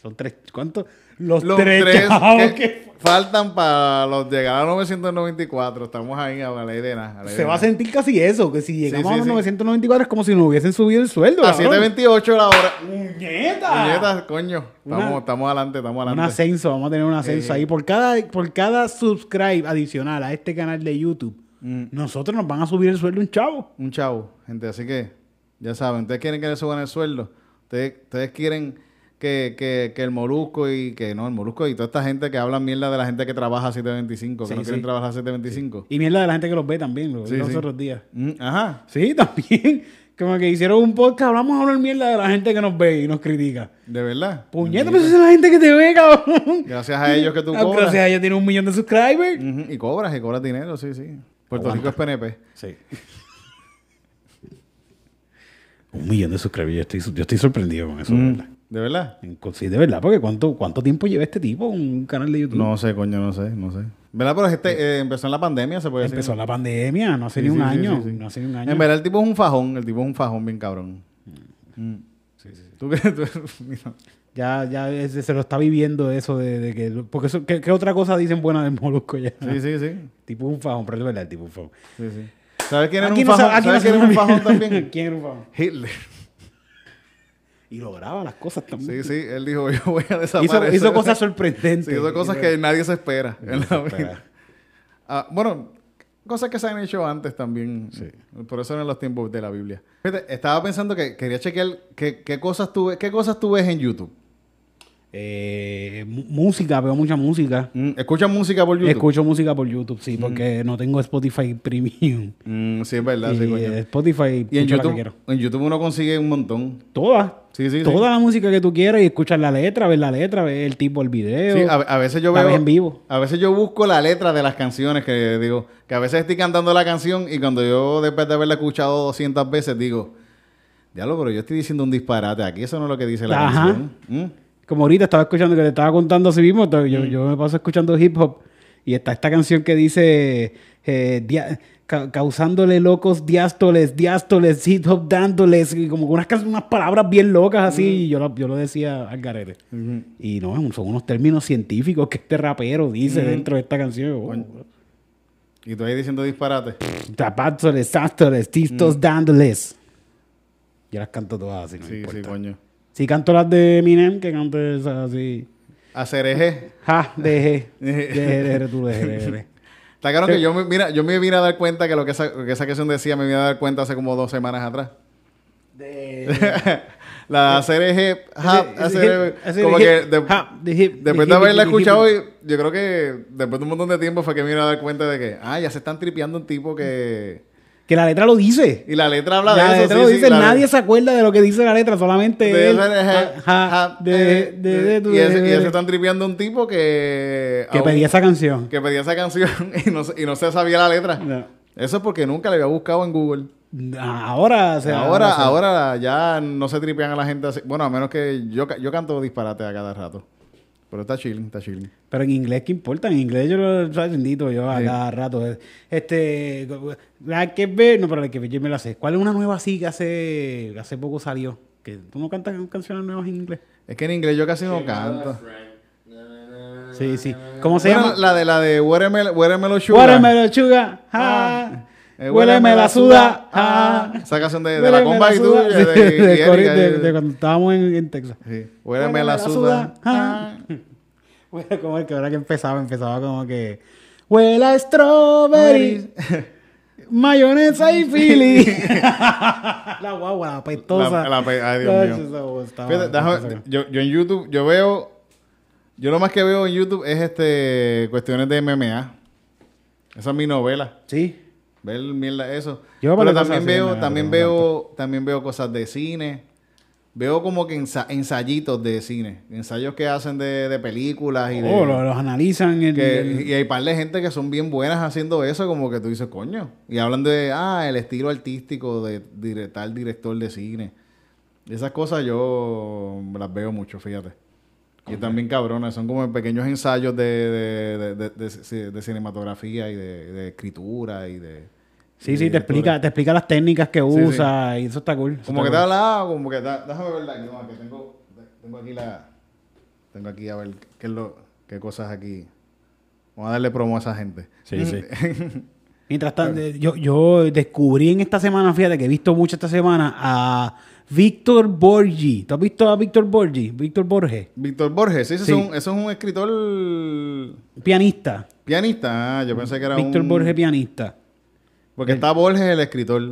Son tres. ¿Cuántos? Los, Los tres, tres chavos que que- faltan para los llegar a 994. Estamos ahí a la ley de nada. a la ley Se de va a nada. sentir casi eso, que si llegamos sí, a los sí. 994 es como si nos hubiesen subido el sueldo. A cabrón. 7.28 la hora. ¡Puñeta! Puñetas, coño. Estamos, Una- estamos adelante, estamos Un adelante. ascenso, vamos a tener un ascenso ahí. Por cada, por cada subscribe adicional a este canal de YouTube, Mm. nosotros nos van a subir el sueldo un chavo. un chavo, gente. Así que, ya saben, ustedes quieren que le suban el sueldo. Ustedes, ustedes quieren que, que- que el molusco y que no, el molusco y toda esta gente que habla mierda de la gente que trabaja a 725, que Sí, no quieren sí. trabajar a 725. Y mierda de la gente que los ve también, los, Sí, los sí. otros días. Mm, ajá. Sí, también. Como que hicieron un podcast, hablamos a hablar mierda de la gente que nos ve y nos critica. De verdad. Puñeta, pero esa es la gente que te ve, cabrón. Gracias a ellos que tú Ah, cobras. Gracias a ella tiene un millón de subscribers. Ujú, Y cobras, y cobras dinero, sí, sí. Puerto Aguanta. Rico es PNP. Sí. un millón de subscribers. Yo estoy, yo estoy sorprendido con eso, de ¿verdad? Mm. ¿De verdad? En co- Sí, de verdad, porque ¿cuánto, cuánto tiempo lleva este tipo en un canal de YouTube? No sé, coño, no sé, no sé. ¿Verdad? Pero este eh, empezó en la pandemia, se puede Empezó decir. la pandemia, no hace pues, Sí, ni un sí, sí, año. sí, sí. No hace ni un año. En verdad, el tipo es un fajón, el tipo es un fajón bien cabrón. Mm. ¿Tú crees? Tú- mira. Ya, ya es- se lo está viviendo eso de, de que. Porque eso- ¿qué, qué otra cosa dicen buena del molusco ya? Sí, sí, sí. Tipo un fajón, pero es verdad, tipo un fajón. sí, sí. ¿Sabes quién era Aquí un no se- fajón? aquí no ¿Sabes se quién era un sabe. fajón también? ¿Quién era un fajón? Hitler. Y lograba las cosas también. Sí, sí. Él dijo, yo voy a hizo, desaparecer. hizo cosas sorprendentes. Sí, hizo cosas que nadie se espera en la vida. Ah, bueno, cosas que se han hecho antes también. Por eso en los tiempos de la Biblia. Fíjate, estaba pensando que quería chequear qué, qué cosas tú ves, qué cosas tú ves en YouTube. Eh, mu- música, veo mucha música. Mm, ¿Escuchas música por YouTube? Escucho música por YouTube, sí, porque no tengo Spotify Premium. Mm, sí, es verdad. y sí, coño. eh, Spotify Y en escucho la que YouTube, quiero. en YouTube uno consigue un montón. Toda. Sí, sí, sí. Toda la música que tú quieras y escuchar la letra, ver la letra, ver el tipo, el video. Sí, a, a veces yo la veo ves en vivo. A veces yo busco la letra de las canciones que digo, que a veces estoy cantando la canción y cuando yo después de haberla escuchado 200 veces digo, diablo, pero yo estoy diciendo un disparate aquí, eso no es lo que dice la Ajá. canción. ¿Mm? Como ahorita estaba escuchando, que le estaba contando a sí mismo, to- yo, yo me paso escuchando hip hop y está esta canción que dice eh, dia- ca- causándole locos diástoles, diástoles, hip hop dándoles, y como unas, can- unas palabras bien locas así, Mm. y yo lo, yo lo decía al garete. Y no, son unos términos científicos que este rapero dice Mm. dentro de esta canción. Oh, Y tú ahí diciendo disparate. Tapázoles, sástoles, tistos dándoles. Yo las canto todas así, no me Mm. Sí, sí, importa. coño. Si canto las de Eminem, que canto esas así. Hacer eje. Ja, deje. Deje, deje, tú deje, deje, deje. Está claro que yo me, mira, yo me vine a dar cuenta que lo que esa, lo que esa canción decía me vine a dar cuenta hace como dos semanas atrás. la hacer eje, ja, hacer eje, Hacer como Eh, hip, que de- ja, the hip, the Después de hip, haberla hip, hip, escuchado, hip. y yo creo que después de un montón de tiempo fue que me vine a dar cuenta de que, ah, ya se están tripeando un tipo que... Que la letra lo dice. Y la letra habla La, de eso. letra sí, lo sí, dice, la nadie letra- se acuerda de lo que dice la letra, solamente de- él. de- Ja, ja, de- deje, de- deje, tú eh, y deje, ese- y deje. ese están tripeando un tipo que... Que aún- pedía esa canción. que pedía esa canción y no, se- y no se sabía la letra. No. Eso es porque nunca la había buscado en Google. Ahora, o sea, Este, ahora, se- ahora ya no se tripean a la gente así. Bueno, a menos que yo, ca- yo canto disparate a cada rato. Pero está chilling, está chilling. Pero en inglés, ¿qué importa? En inglés yo lo ¿sabes? bendito yo a Sí. cada rato. Este, la que ve, no, pero la que ve yo me la sé. ¿Cuál es una nueva así que hace, hace poco salió? Que tú no cantas canciones nuevas en inglés. Es que en inglés yo casi no canto. Sí, sí. ¿Cómo se Bueno, llama? La de la de Watermelon, Watermelon Sugar. Huélemelo, chuga. Ah. Ja. Eh, Ah. Huéleme la suda. Ja. Esa canción de, de la Ah. Huéleme comba y tú. suda. y Sí, de- y de Erika, Cori- y- de- de cuando estábamos en, en Texas. sí. Huéleme la suda. Ah. Bueno, como el que ahora que empezaba, empezaba como que. Huela strawberry. Mayonesa y Philly. la guagua, la apestosa. La- la pe- ay, Dios Ay, mío. esa guagua estaba- Fíjate, déjame- yo, yo en YouTube, yo veo. Yo lo más que veo en YouTube es este cuestiones de MMA. Esa es mi novela. Sí. Ver mierda eso. Yo veo Pero cosas también así de veo, MMA, también pero no veo, también veo cosas de cine. Veo como que ensa- ensayitos de cine. Ensayos que hacen de, de películas y de. Oh, lo- los analizan. el- que- el- y hay par de gente que son bien buenas haciendo eso, como que tú dices, coño. Y hablan de, ah, el estilo artístico de, dire- tal director de cine. Esas cosas yo las veo mucho, fíjate. Y también cabronas, son como pequeños ensayos de, de, de- de- de ci- de cinematografía y de, de escritura y de... este sí, sí, te explica, explica te explica las técnicas que sí. usa y eso está cool. eso Como que te está cool. hablaba, como que da- déjame verla aquí, no, que tengo, tengo aquí la, tengo aquí a ver qué es lo, qué cosas aquí. Vamos a darle promo a esa gente. Mm. Sí, sí. Mientras tanto, eh, yo, yo descubrí en esta semana, fíjate que he visto mucho esta semana a Víctor Borgi. ¿Tú has visto a Víctor Borgi? Víctor Borges, Víctor Borges, sí, ese Sí. Es, un, ese es un escritor pianista. pianista. Ah, yo pensé que era Víctor un... Borges, pianista. Porque está Borges el escritor.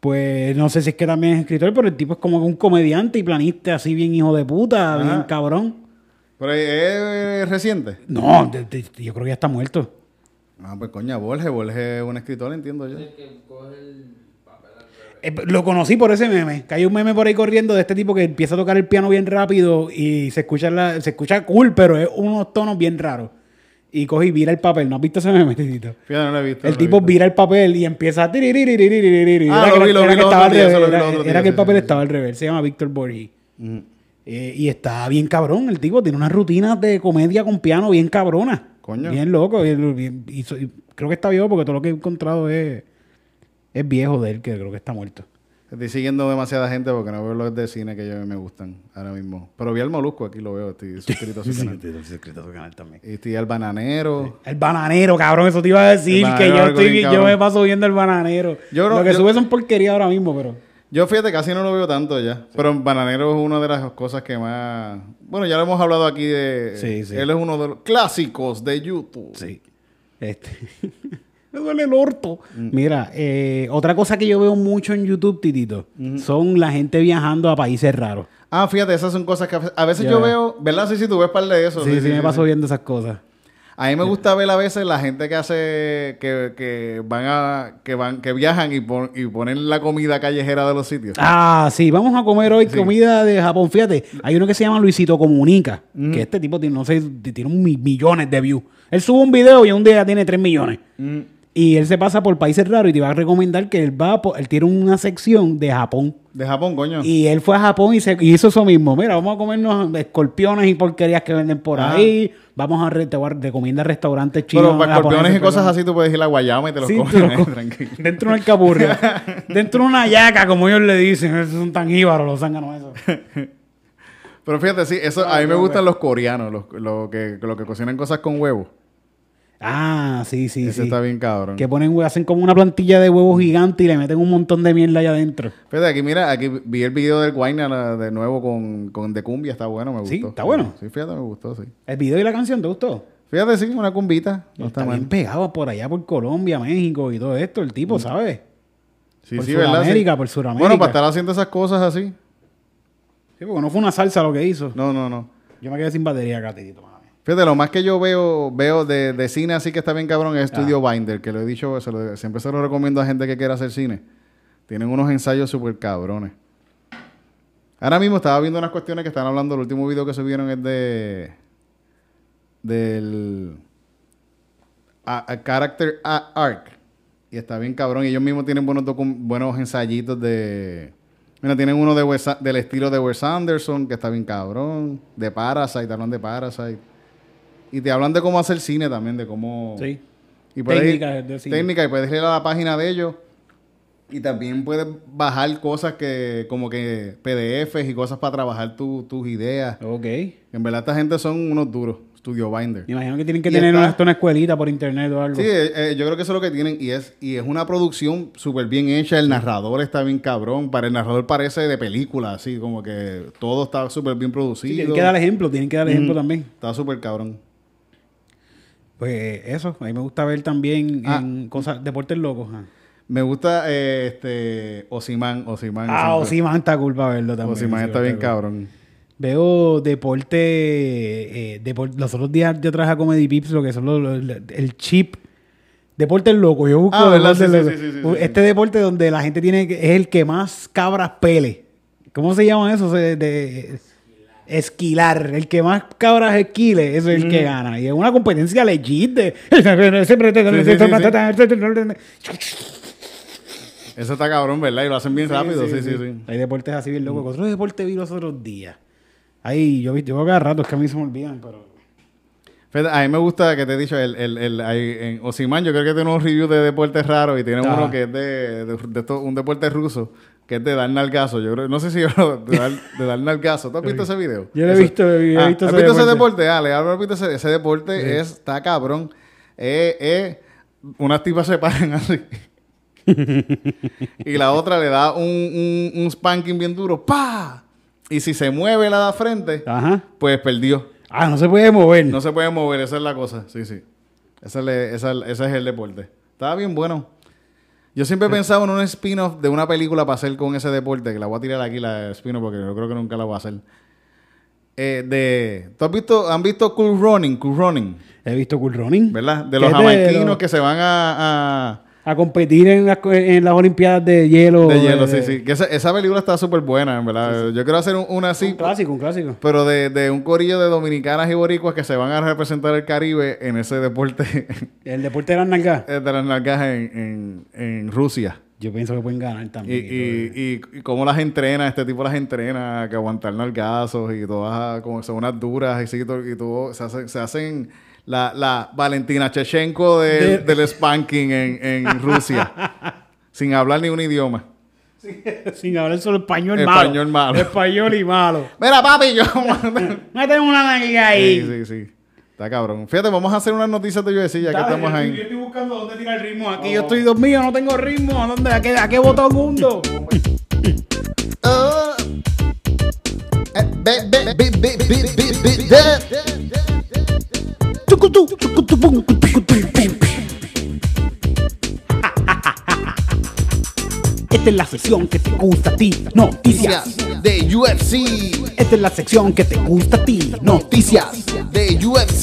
Pues no sé si es que también es escritor, pero el tipo es como un comediante y planista así bien hijo de puta, Ajá. bien cabrón. Pero es, es reciente. No, de- de- yo creo que ya está muerto. Ah, pues coña, Borges, Borges es un escritor, entiendo yo. Eh, lo conocí por ese meme, que hay un meme por ahí corriendo de este tipo que empieza a tocar el piano bien rápido y se escucha, la, se escucha cool, pero es unos tonos bien raros. Y coge y vira el papel. ¿No has visto ese meme, Titito? Fíjate, no lo he visto. El no lo he tipo visto. vira el papel y empieza a... tiriririririririri. Ah, Era lo que- vi, lo era vi que los estaba al otros días, revés, eso lo vi los era- otros Era días, que el sí, papel sí, Mm. sí. estaba al revés. Se llama Víctor Borgi. Ujú. Eh, y está bien cabrón el tipo. Tiene unas rutinas de comedia con piano bien cabrona. Coño. Bien loco. bien- bien- y so- y creo que está viejo porque todo lo que he encontrado es, es viejo de él, que creo que está muerto. Estoy siguiendo demasiada gente porque no veo los de cine que yo me gustan ahora mismo. Pero vi al Molusco, aquí lo veo, estoy suscrito a su canal. Este, Y estoy al Bananero. El bananero, cabrón, eso te iba a decir. El Que bananero, yo, algo estoy, bien yo cabrón. me paso viendo el bananero. Yo no- lo que yo- sube son porquería ahora mismo, pero. Yo fíjate, casi no lo veo tanto ya. Pero Bananero es una de las cosas que más... Bueno, ya lo hemos hablado aquí de... Sí, sí. Él es uno de los clásicos de YouTube. Sí. Este. Me duele el orto. Mm. Mira, eh, otra cosa que yo veo mucho en YouTube, Titito, son la gente viajando a países raros. Ah, fíjate, esas son cosas que a veces- a veces Ya. yo veo, ¿verdad? Sí, sí, tú ves par de eso. Sí, sí, me paso viendo esas cosas. A mí me gusta ver a veces la gente que hace, que, que van a, que van, que viajan y, pon- y ponen la comida callejera de los sitios. Ah, sí, vamos a comer hoy comida de Japón. Fíjate, hay uno que se llama Luisito Comunica, que este tipo tiene, no sé, tiene un mi- millones de views. Él sube un video y un día tiene 3 millones. Y él se pasa por países raros y te va a recomendar que él va, por- él tiene una sección de Japón. De Japón, coño. Y él fue a Japón y, se, y hizo eso mismo. Mira, vamos a comernos escorpiones y porquerías que venden por Ajá. ahí. Vamos a re- te voy a- recomienda restaurantes chinos. Ah. Pero para escorpiones japoneses, y cosas perdón. así, tú puedes ir a Guayama y te los Sí, comes. te lo co- tranquilo. Dentro de una alcaburria. dentro de una yaca, como ellos le dicen. Esos son tan jíbaros los zánganos esos. Pero fíjate, sí, eso, a Ah, mí me no, gustan los coreanos, los, lo que, lo que cocinan cosas con huevo. Ah, sí, sí, Ese sí. está bien cabrón. Que ponen, hue- hacen como una plantilla de huevos gigante y le meten un montón de mierda allá adentro. Fíjate, aquí mira, aquí vi el video del Guayna la- de nuevo con, con De Cumbia, está bueno, me gustó. Sí, está bueno. Sí, fíjate, me gustó, sí. ¿El video y la canción te gustó? Fíjate, sí, una cumbita, no está, Está mal. Mm. bien pegado por allá, por Colombia, México y todo esto. El tipo, ¿sabes? Sí, Por sí, ¿verdad? Sudamérica, Sí. por Sudamérica. Bueno, para estar haciendo esas cosas así. Sí, porque no fue una salsa lo que hizo. No, no, no. Yo me quedé sin batería acá, Titito. mami. Fíjate, lo más que yo veo veo de, de cine así que está bien cabrón es Studio Binder, que lo he dicho, se lo- siempre se lo recomiendo a gente que quiera hacer cine. Tienen unos ensayos súper cabrones. Ahora mismo estaba viendo unas cuestiones que están hablando, el último video que subieron es de... del... a- a character a- Arc. Y está bien cabrón. Y ellos mismos tienen buenos, docu- buenos ensayitos de... Mira, tienen uno de Wes- del estilo de Wes Anderson, que está bien cabrón. De Parasite, hablan de Parasite. Y te hablan de cómo hacer cine también, de cómo... Sí. Y puedes ir- Técnicas de cine. Técnicas, y puedes ir a la página de ellos. Y también puedes bajar cosas que, como que PDFs y cosas para trabajar tu- tus ideas. Ok. Me En verdad, esta gente son unos duros. Studio Binder. imagino que tienen que Y tener está- una, hasta una escuelita por internet o algo. Sí, eh, eh, yo creo que eso es lo que tienen y es y es una producción súper bien hecha. El narrador está bien cabrón. Para el narrador parece de película, así como que todo está súper bien Sí, producido. Mm. tienen que dar ejemplo, tienen que dar ejemplo también. Está súper cabrón. Pues eso, a mí me gusta ver también Ah. en cosas, deportes locos. ah. Me gusta eh, este Osimán, Osimán. Ah, siempre. Osimán está culpa verlo también. Osimán está bien cabrón. cabrón. Veo deporte. eh, depor- los otros días yo traje a Comedy Pips lo que son los, los- el chip. Deporte loco. Yo busco. Ah, ¿verdad? deporte Sí, sí, loco. sí, sí, sí, sí. este deporte donde la gente tiene. que- Es el que más cabras pele. ¿Cómo se llaman eso? Se- de- esquilar. El que más cabras esquile eso es Mm. el que gana. Y es una competencia legit de. sí, Eso está cabrón, ¿verdad? Y lo hacen bien rápido, sí, sí, sí. Mm. Hay deportes así bien locos. Otro deporte vi los otros días. Ahí, yo, vi- yo veo cada rato, es que a mí se me olvidan, pero. Fíjate, a mí me gusta que te he dicho, el, el, el, hay- en Osimán yo creo que tiene unos reviews de deportes raros y tiene Ajá. uno que es de, de, de esto- un deporte ruso, que es de dar nalgazo. Yo creo, no sé si yo lo- de dar, de dar nalgazo. ¿Tú has visto ese video? Yo lo he Eso- visto, he Ah, visto ¿Has ese visto ese deporte? deporte? Ah, le hablo, ¿has visto ese, ese deporte es, está cabrón. Eh, eh, unas tipas se paran así. y la otra le da un, un, un spanking bien duro. ¡Pa! Y si se mueve la de frente, Ajá. pues perdió. Ah, no se puede mover. No se puede mover, esa es la cosa. Sí, sí. Esa le- esa- Ese, es el deporte. Estaba bien bueno. Yo siempre pensaba en un spin-off de una película para hacer con ese deporte, que la voy a tirar aquí la spin-off porque yo creo que nunca la voy a hacer. Eh, de, ¿Tú has visto, han visto Cool Running? Cool Running, He visto Cool Running. ¿verdad? De Que los es jamaiquinos los- que se van a- a, A competir en las, co- en las Olimpiadas de hielo. eh, De hielo, sí, de- sí. Que esa, esa película está súper buena, en verdad. Yo quiero hacer un- una así, Un clásico, un clásico. pero de, de un corillo de dominicanas y boricuas que se van a representar el Caribe en ese deporte El deporte de las nalgas. de las nalgas en, en- en Rusia. Yo pienso que pueden ganar Y, también. y, y- y cómo las entrena, este tipo las entrena, que aguantar nalgazos y todas como son unas duras y, sí, to- y todo, se hacen, se hacen la, la Valentina Chechenko de- De- del spanking en, en Rusia, sin hablar ni un idioma. todo. Sin hablar solo español malo. Español malo. Español y malo. Mira, papi, yo... Meten una nalga Sí, ahí. sí, sí. Está cabrón. Fíjate, vamos a hacer unas noticias de UFC ya que estamos Oh. ahí. estoy buscando dónde tirar el ritmo aquí. Yo estoy dos míos, no tengo ritmo. ¿A, dónde, a, qué, a qué botón hundo? Oh. Eh, be- be- be- be- be- be- be- de- Tucutú, tucutú, pum, tucutú, pim, pim. Esta es la sección que te gusta a ti, noticias. Noticias de UFC. Esta es la sección que te gusta a ti, noticias. Noticias de UFC.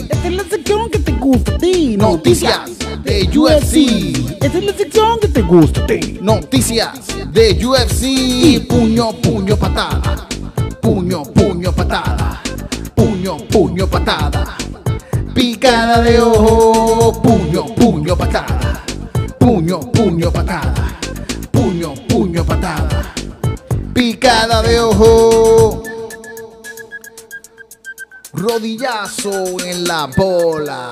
Esta es la sección que te gusta a ti, noticias. de UFC. Esta es la sección que te gusta a ti. Noticias de UFC. Puño, puño, patada. Puño, puño, patada. Puño, puño, patada. Picada de ojo. Puño, puño, patada. Puño, puño, patada. Puño, puño, patada. Picada de ojo. Rodillazo en la bola.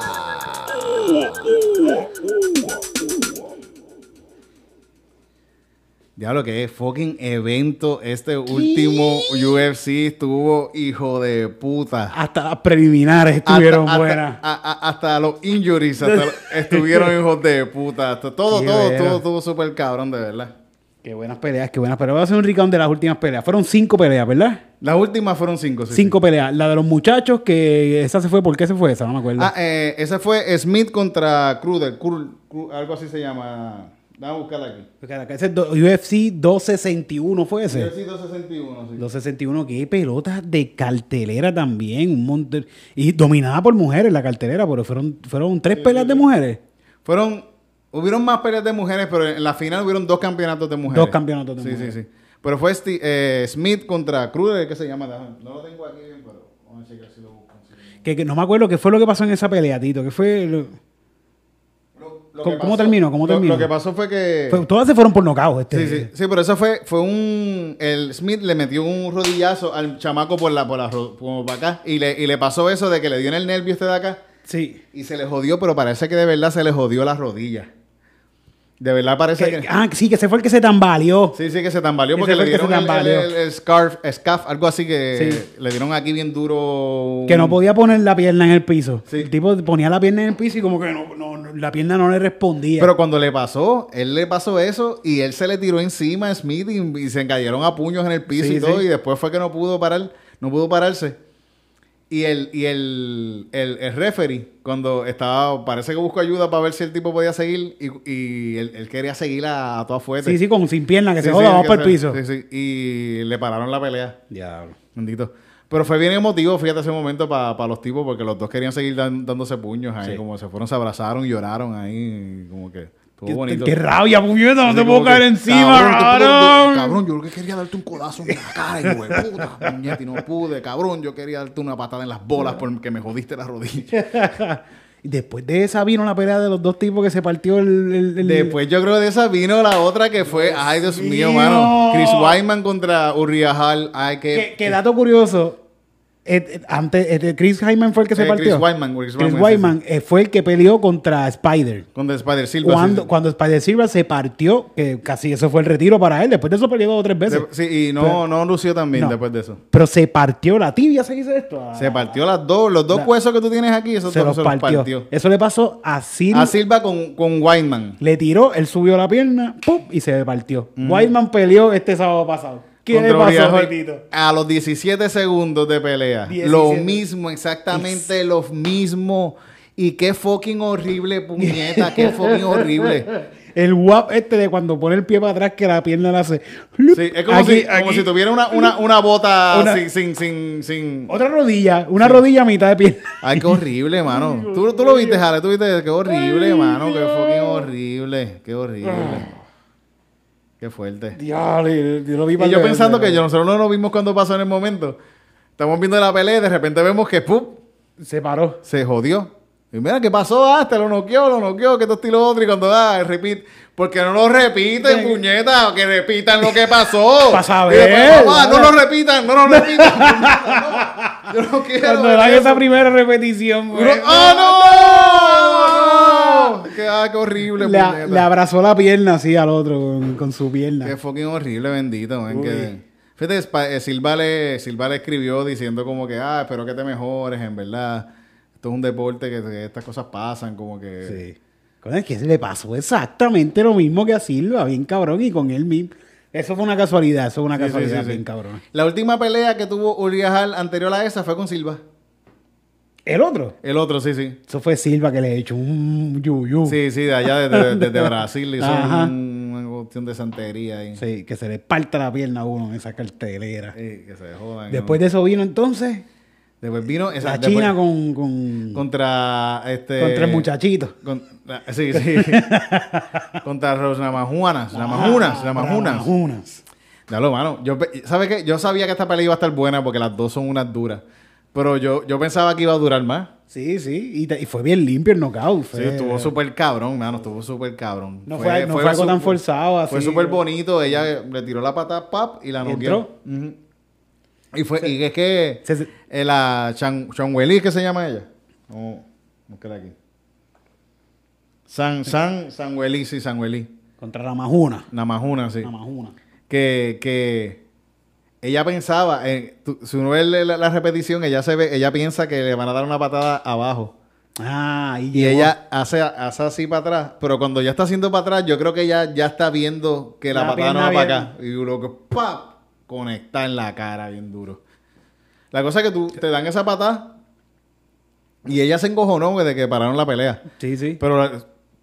Diablo, qué fucking evento este último UFC estuvo hijo de puta. Hasta las preliminares Ah, estuvieron hasta, buenas. a- a- hasta los injuries hasta lo- estuvieron hijos de puta. Hasta todo, Qué todo, bueno. todo estuvo súper cabrón, de verdad. Qué buenas peleas, qué buenas peleas. Voy a hacer un recount de las últimas peleas. Fueron cinco peleas, ¿verdad? Las últimas fueron cinco. sí, cinco sí. peleas. La de los muchachos, que esa se fue. ¿Por qué se fue esa? No me acuerdo. Ah, eh, esa fue Smith contra Cruder. Crud- Crud- algo así se llama. Vamos a buscarla aquí. Porque acá ese es do- UFC 261 fue ese. UFC 261, sí. 261, qué pelotas de cartelera también. Un montón. Y dominada por mujeres la cartelera, pero fueron, fueron tres peleas de mujeres. Fueron, hubieron más peleas de mujeres, pero en la final hubieron dos campeonatos de mujeres. Dos campeonatos de sí, mujeres. Sí, sí, Pero fue Sti- eh, Smith contra Cruder, que se llama. Déjame- No lo tengo aquí bien, pero vamos a checar si lo busco. si lo- Que, que no me acuerdo qué fue lo que pasó en esa pelea, Tito. Que fue, lo- lo- lo ¿Cómo- que cómo pasó- terminó? ¿Cómo lo- terminó? Lo que pasó fue que. fue- todas se fueron por nocaut. Este. Sí, sí, sí, pero eso fue, fue un... El Smith le metió un rodillazo al chamaco por la, por la ro- como para acá y le, y le pasó eso de que le dio en el nervio este de acá Sí. y se le jodió, pero parece que de verdad se le jodió la rodilla. De verdad parece Que- que... ah, sí, que ese fue el que se tambaleó. Sí, sí, que se tambaleó Ese porque fue le el que se dieron el, el, tambaleó. el- el scarf, scarf, algo así que Sí. le dieron aquí bien duro. Que no podía poner la pierna en el piso. Sí. El tipo ponía la pierna en el piso y como que no, no- no- la pierna no le respondía. Pero cuando le pasó, él le pasó eso y él se le tiró encima a Smith y, y se cayeron a puños en el piso Sí, y todo. sí. Y después fue que no pudo parar, no pudo pararse. Y el, y el, el, el referee, cuando estaba, parece que buscó ayuda para ver si el tipo podía seguir, y, y él, él quería seguir a, a toda fuerte. Sí, sí, con sin pierna, que Sí, se sí, joda, vamos que para el se- piso. sí, sí. Y le pararon la pelea. Diablo. Bendito. Pero fue bien emotivo, fíjate ese momento para los tipos, porque los dos querían seguir dan- dándose puños ahí. Sí. Como se fueron, se abrazaron, lloraron ahí. Como que estuvo Qué, bonito. qué rabia, puñeta, no Así te como puedo que, caer encima, cabrón, te puedo- cabrón. Cabrón, yo lo que quería darte un codazo en la cara, hijo de puta, puñeta, y no pude. Cabrón, yo quería darte una patada en las bolas porque me jodiste la rodilla. Y después de esa vino la pelea de los dos tipos que se partió el. el- el- Después yo creo que de esa vino la otra que fue, ay Dios mío, mano. mío. Chris Wyman contra Uriah Hall. Ay, qué, Que, que dato curioso. eh, eh, antes, eh, Chris Hyman fue el que se Eh, partió. Chris Weidman, Chris Chris Weidman, sí, Weidman, eh, fue el que peleó contra Spider. Contra Spider Silva. sí, Cuando, sí. cuando Spider Silva se partió, que casi eso fue el retiro para él. Después de eso peleó dos o tres veces. De- sí, y no, Pero- no lució también No. después de eso. Pero se partió la tibia, se dice esto. Ah, Se partió las dos, los dos La- huesos que tú tienes aquí, esos se dos los partió. Eso le pasó a Silva. A Silva con, con Wyman. Le tiró, él subió la pierna, ¡pum! y se partió. Whiteman peleó este sábado pasado. ¿Qué le Mm. Contra Uriah pasó, Hall. Titito? A los 17 segundos de pelea. 17. Lo mismo, exactamente lo mismo. Y qué fucking horrible, puñeta, qué fucking horrible. El guap este de cuando pone el pie para atrás que la pierna la hace. Sí, es como, Aquí, si, como aquí. si tuviera una, una, una bota Una- sin, sin, sin, sin- Otra rodilla, una rodilla a mitad de pierna. Ay, qué horrible, mano. ¿Tú, tú lo viste, Jale, tú viste, qué horrible, mano, qué fucking horrible, qué horrible. Ah. Qué fuerte. Diablo, yo, lo vi Y yo pensando que yo- nosotros no lo vimos cuando pasó en el momento. Estamos viendo la pelea y de repente vemos que ¡pup! Se paró. se jodió. Y mira, ¿qué pasó? Ah, te lo noqueó, lo noqueó, que esto estilo otro. Y cuando, ah, repite. Porque no lo repiten, puñeta, que repitan lo que pasó. Pa' Y saber. después, "Papá, no lo repitan, no lo repitan. puñeta, no. Yo no quiero. Cuando ver dan eso". esa primera repetición, pues, Uno- güey. ¡Ah, no! Qué, ah, qué horrible, Le, puñeta. le abrazó la pierna así al otro con, con su pierna. Qué fucking horrible, bendito, man. Uy. Que, fíjate, Spa- eh, Silva le, Silva le escribió diciendo como que, ah, espero que te mejores, en verdad. Esto es un deporte que, que estas cosas pasan, como que... Sí. Con el que le pasó exactamente lo mismo que a Silva, bien cabrón, y con él mismo. Eso fue una casualidad, eso fue una Sí, sí, casualidad sí, sí. bien cabrón. La última pelea que tuvo Uriah Hall anterior a esa fue con Silva. El otro. El otro, sí, sí. Eso fue Silva que le echó un yuyu. Sí, sí, de allá, desde de, de Brasil. Hizo Ajá. un- una cuestión de santería ahí. Sí, que se le parta la pierna a uno en esa cartelera. Sí, que se jodan. Después de eso vino entonces Después vino... esa- la después- China con, con, Contra... Este, contra el muchachito. Con- la- sí, sí. Contra los Namajuanas. Ah, Namajunas. Namajunas. Ramajunas. Ya lo, mano. Yo, pe- ¿Sabes qué? Yo sabía que esta pelea iba a estar buena porque las dos son unas duras. Pero yo, yo pensaba que iba a durar más. Sí, sí. Y, te- y fue bien limpio el knockout. Sí, fue- estuvo súper cabrón, mano. Estuvo súper cabrón. No fue- no fue algo su- tan forzado, así. Fue súper bonito. Ella le tiró la pata, pap, y la ¿Y noqueó. Ujú. Y fue... y es que... Se- se- eh, la Chan, Chanweli, ¿qué se llama ella? No, búscala aquí. San, San, Sanweli, sí, Sanweli. Contra Ramajuna. Namajuna, sí. Ramajuna. Que, que ella pensaba, eh, tú- si uno ve la, la repetición, ella se ve, ella piensa que le van a dar una patada abajo. Ah, y, Y llegó- ella hace, hace así para atrás, pero cuando ya está haciendo para atrás, yo creo que ella ya está viendo que la, La patada no va pierna para acá. Y lo que ¡pap! conecta en la cara bien duro. La cosa es que tú te dan esa patada y ella se encojonó de que pararon la pelea. Sí, sí. Pero eh,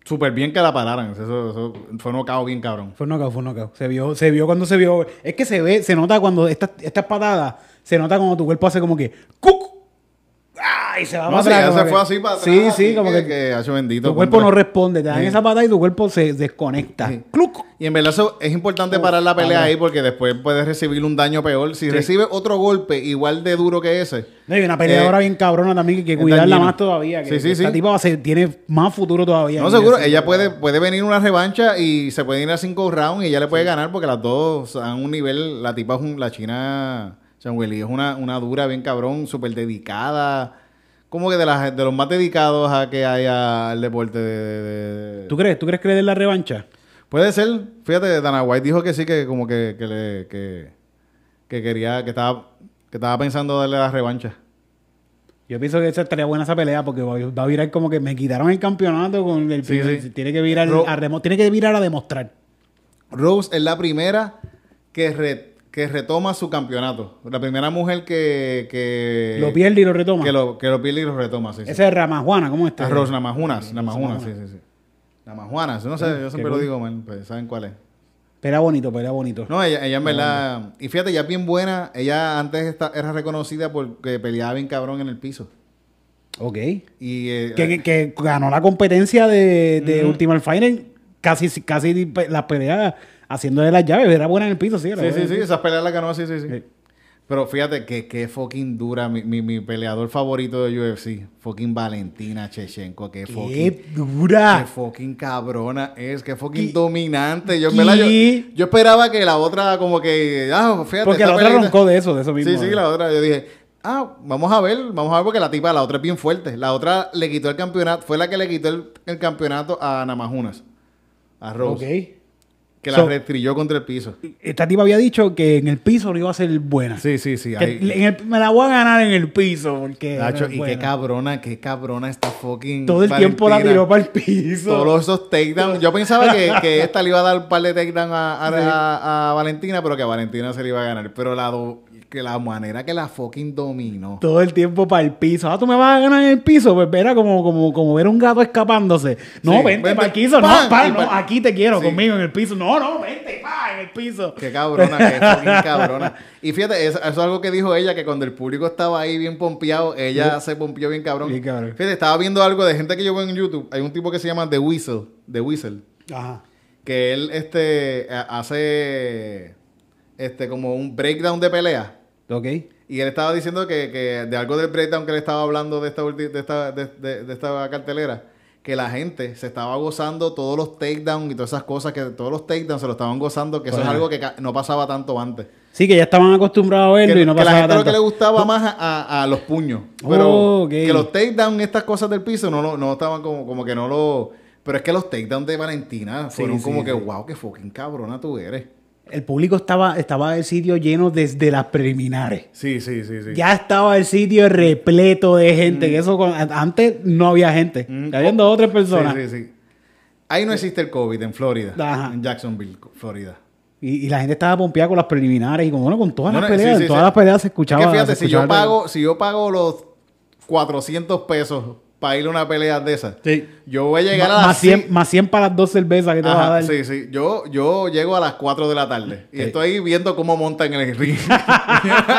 súper bien que la pararan. Eso, eso fue nocao bien cabrón. Fue un knockout, fue un knockout. Se vio, se vio cuando se vio. Es que se ve, se nota cuando estas estas patadas, se nota cuando tu cuerpo hace como que ¡cuc! ¡Ah! Y se va No, para sí, atrás. ella como se que- fue así para atrás. Sí, sí, como que, hacho bendito. tu cuerpo no contra- responde. Te dan Sí. esa patada y tu cuerpo se desconecta. Sí. ¡Cluc! Y en verdad eso es importante parar la pelea padre. ahí porque después puedes recibir un daño peor. Si recibes otro golpe igual de duro que ese. No, y una peleadora Eh, bien cabrona también que hay que es cuidarla dañino. más todavía. Que, Sí, sí, que Esta sí. tipa va a ser- tiene más futuro todavía. No, en seguro. ese- Ella puede, puede venir una revancha y se puede ir a cinco rounds y ella le puede ganar porque las dos han un nivel. La tipa es un- la china Changueli es una, una dura, bien cabrón, súper dedicada. Como que de, las, de los más dedicados a que haya al deporte de- de- de- ¿Tú crees? ¿Tú crees que le den la revancha? Puede ser, fíjate, Dana White dijo que sí, que como que, que le, que, que quería, que estaba, que estaba pensando darle la revancha. Yo pienso que esa estaría buena esa pelea porque va, va a virar como que me quitaron el campeonato con el Sí, primer- sí. tiene que virar Ro- a remo- tiene que virar a demostrar. Rose es la primera que, re- que retoma su campeonato. La primera mujer que... que Lo pierde y lo retoma. Eh, Que lo, Ah, que lo pierde y lo retoma, sí. sí. Ese es este? Ramajuana, ¿cómo está? Arroz, namajunas, namajunas, sí, sí, sí. Namajuanas, no sé, yo siempre lo digo, man, pues, ¿saben cuál es? Pero bonito, pero bonito. No, ella, ella en verdad. Y fíjate, ella es bien buena. Ella antes esta- era reconocida porque peleaba bien cabrón en el piso. Ok. Y. eh, Que, que- que ganó la competencia de, de Ultimate Final casi, casi pe- la pelea haciéndole las llaves. Era buena en el piso, sí. era sí, buena sí, en sí, el piso. esas peleas las ganó, sí, sí, sí. Sí. Pero fíjate que, que fucking dura mi, mi, mi peleador favorito de UFC. Fucking Valentina Chechenko. Que fucking. ¡Qué dura! Qué fucking cabrona es, que fucking ¿Qué? dominante. Yo, en verdad, yo, ¿Qué? yo esperaba que la otra, como que. Ah, fíjate. Porque esta la otra peleita- roncó de eso, de eso Sí, mismo. sí, la otra. Yo dije, ah, vamos a ver, vamos a ver porque la tipa, la otra es bien fuerte. La otra le quitó el campeonato, fue la que le quitó el, el campeonato a Namajunas, a Ok. Rose, que la So- restrilló contra el piso. Esta tipa había dicho que en el piso no iba a ser buena. Sí, sí, sí. Que ahí- en el- me la voy a ganar en el piso porque... Nacho, no es y qué buena. cabrona, qué cabrona esta fucking. Eh, Todo el tiempo la Valentina. tiró para el piso. Todos esos takedowns. Yo pensaba que, que esta le iba a dar un par de takedowns a, a- a- a Valentina, pero que a Valentina se le iba a ganar. Pero la, do- que la manera que la fucking dominó. todo el tiempo para el piso. Ah, tú me vas a ganar en el piso. Pues era como, como, como ver un gato escapándose. No, Sí, vente, vente, para el piso. ¡pam! No, pa, Y no, pa- aquí te quiero Sí. conmigo en el piso. No, no, vente, pa, en el piso. Qué cabrona, qué fucking cabrona. Y fíjate, eso, eso es algo que dijo ella, que cuando el público estaba ahí bien pompeado, ella se pompeó bien cabrón. Bien cabrón. Fíjate, estaba viendo algo de gente que yo veo en YouTube. Hay un tipo que se llama The Whistle, The Whistle, Ajá. que él este, a- hace este, como un breakdown de pelea. Ok. Y él estaba diciendo que, que de algo del breakdown que le estaba hablando de esta, ulti- de esta, de, de- de esta cartelera, que la gente se estaba gozando todos los takedowns y todas esas cosas, que todos los takedowns se lo estaban gozando, que eso es Ajá. algo que ca- no pasaba tanto antes. Sí, que ya estaban acostumbrados a Que, verlo y no que la pasaba gente lo que tanto. le gustaba más a, a los puños. Oh, Pero ok. que los takedowns, estas cosas del piso, no, lo- no estaban como, como que no lo... Pero es que los takedowns de Valentina Sí, fueron sí, como que, sí. wow, qué fucking cabrona tú eres. El público estaba, estaba el sitio lleno desde las preliminares. Sí, sí, sí, sí. Ya estaba el sitio repleto de gente. que eso con- antes no había gente. Mm. Habían dos o tres personas. Sí, sí, sí. Ahí no existe el COVID en Florida. Ajá. En Jacksonville, Florida. Y, y la gente estaba pompeada con las preliminares y como bueno, con todas No, las no, peleas, sí, sí, en todas sí. las peleas se Es escuchaba. que fíjate, se si yo escuchaba el- pago, si yo pago los 400 pesos para ir a una pelea de esas, Sí. yo voy a llegar Ma- a más, las 100, cien- más 100 para las dos cervezas que te vas a Ajá, dar. sí, Eh. sí. Yo, yo llego a las 4 de la tarde y Sí. estoy ahí viendo cómo montan el ring.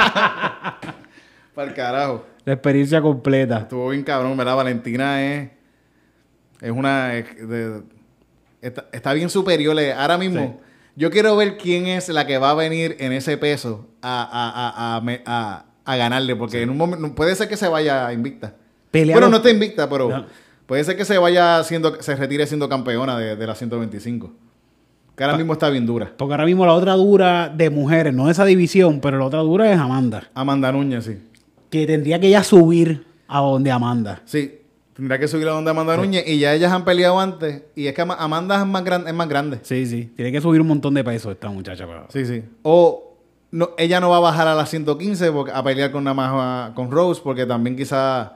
para el carajo. La experiencia completa. Estuvo bien cabrón, ¿verdad? Valentina es. Es una. es de- está, está bien superior. eh. Ahora mismo, yo quiero ver quién es la que va a venir en ese peso a, a- a- a me- a- a ganarle. Porque en un momento. Puede ser que se vaya invicta. Pelea Bueno, los- no está invicta, pero. No. Puede ser que se vaya siendo. Se retire siendo campeona de, de la 125. Que ahora mismo está bien dura. Porque ahora mismo la otra dura de mujeres, no de esa división, pero la otra dura es Amanda. Amanda Núñez, sí. Que tendría que ella subir a donde Amanda. Sí. Tendrá que subir a donde Amanda Núñez. Y ya ellas han peleado antes. Y es que Ama- Amanda es más, gran- es más grande. Sí, sí. Tiene que subir un montón de peso esta muchacha. pero- Sí, sí. O no, ella no va a bajar a las 115 porque- a pelear con, nada más a- con Rose porque también quizá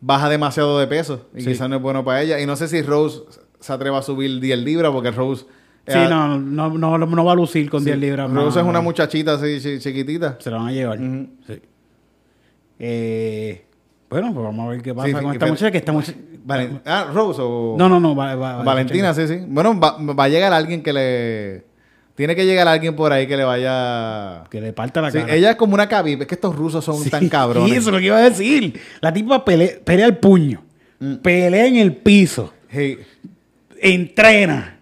baja demasiado de peso y Sí. quizá no es bueno para ella. Y no sé si Rose se atreva a subir 10 libras porque Rose... Sí, eh, no, no, no, no va a lucir con sí. 10 libras más. eh. Rose es una muchachita así chi- chiquitita. Se la van a llevar. Ujú. Sí. Eh, bueno, pues vamos a ver qué pasa Sí, sí, con y esta fíjate- muchacha. Que esta muchacha... Valen- ah, Rose o... No, no, no. va- va- Valentina, sí, sí. Bueno, va, va a llegar alguien que le... Tiene que llegar alguien por ahí que le vaya... Que le parta la Sí, cara. ella es como una cabi, es que estos rusos son tan cabrones. Y eso es lo que iba a decir. La tipa pele- pelea el puño, Mm. pelea en el piso, Sí. entrena,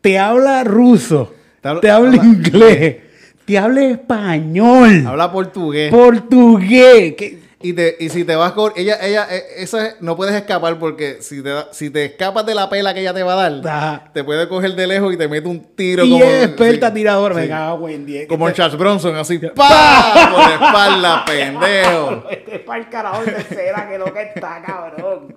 te habla ruso, Te habla- te habla, habla- inglés, te habla español, Habla portugués. portugués. que- Y, te, y si te vas con ella, ella, eh, eso es- no puedes escapar porque si te, da- si te escapas de la pela que ella te va a dar, Ajá. te puede coger de lejos y te mete un tiro. ah, y como, es experta sí, tiradora. Me sí. cago en 10. Como en Charles Bronson, así, ¡pa! Por la espalda, pendejo. Este es para el carajo de cera que lo que está, cabrón.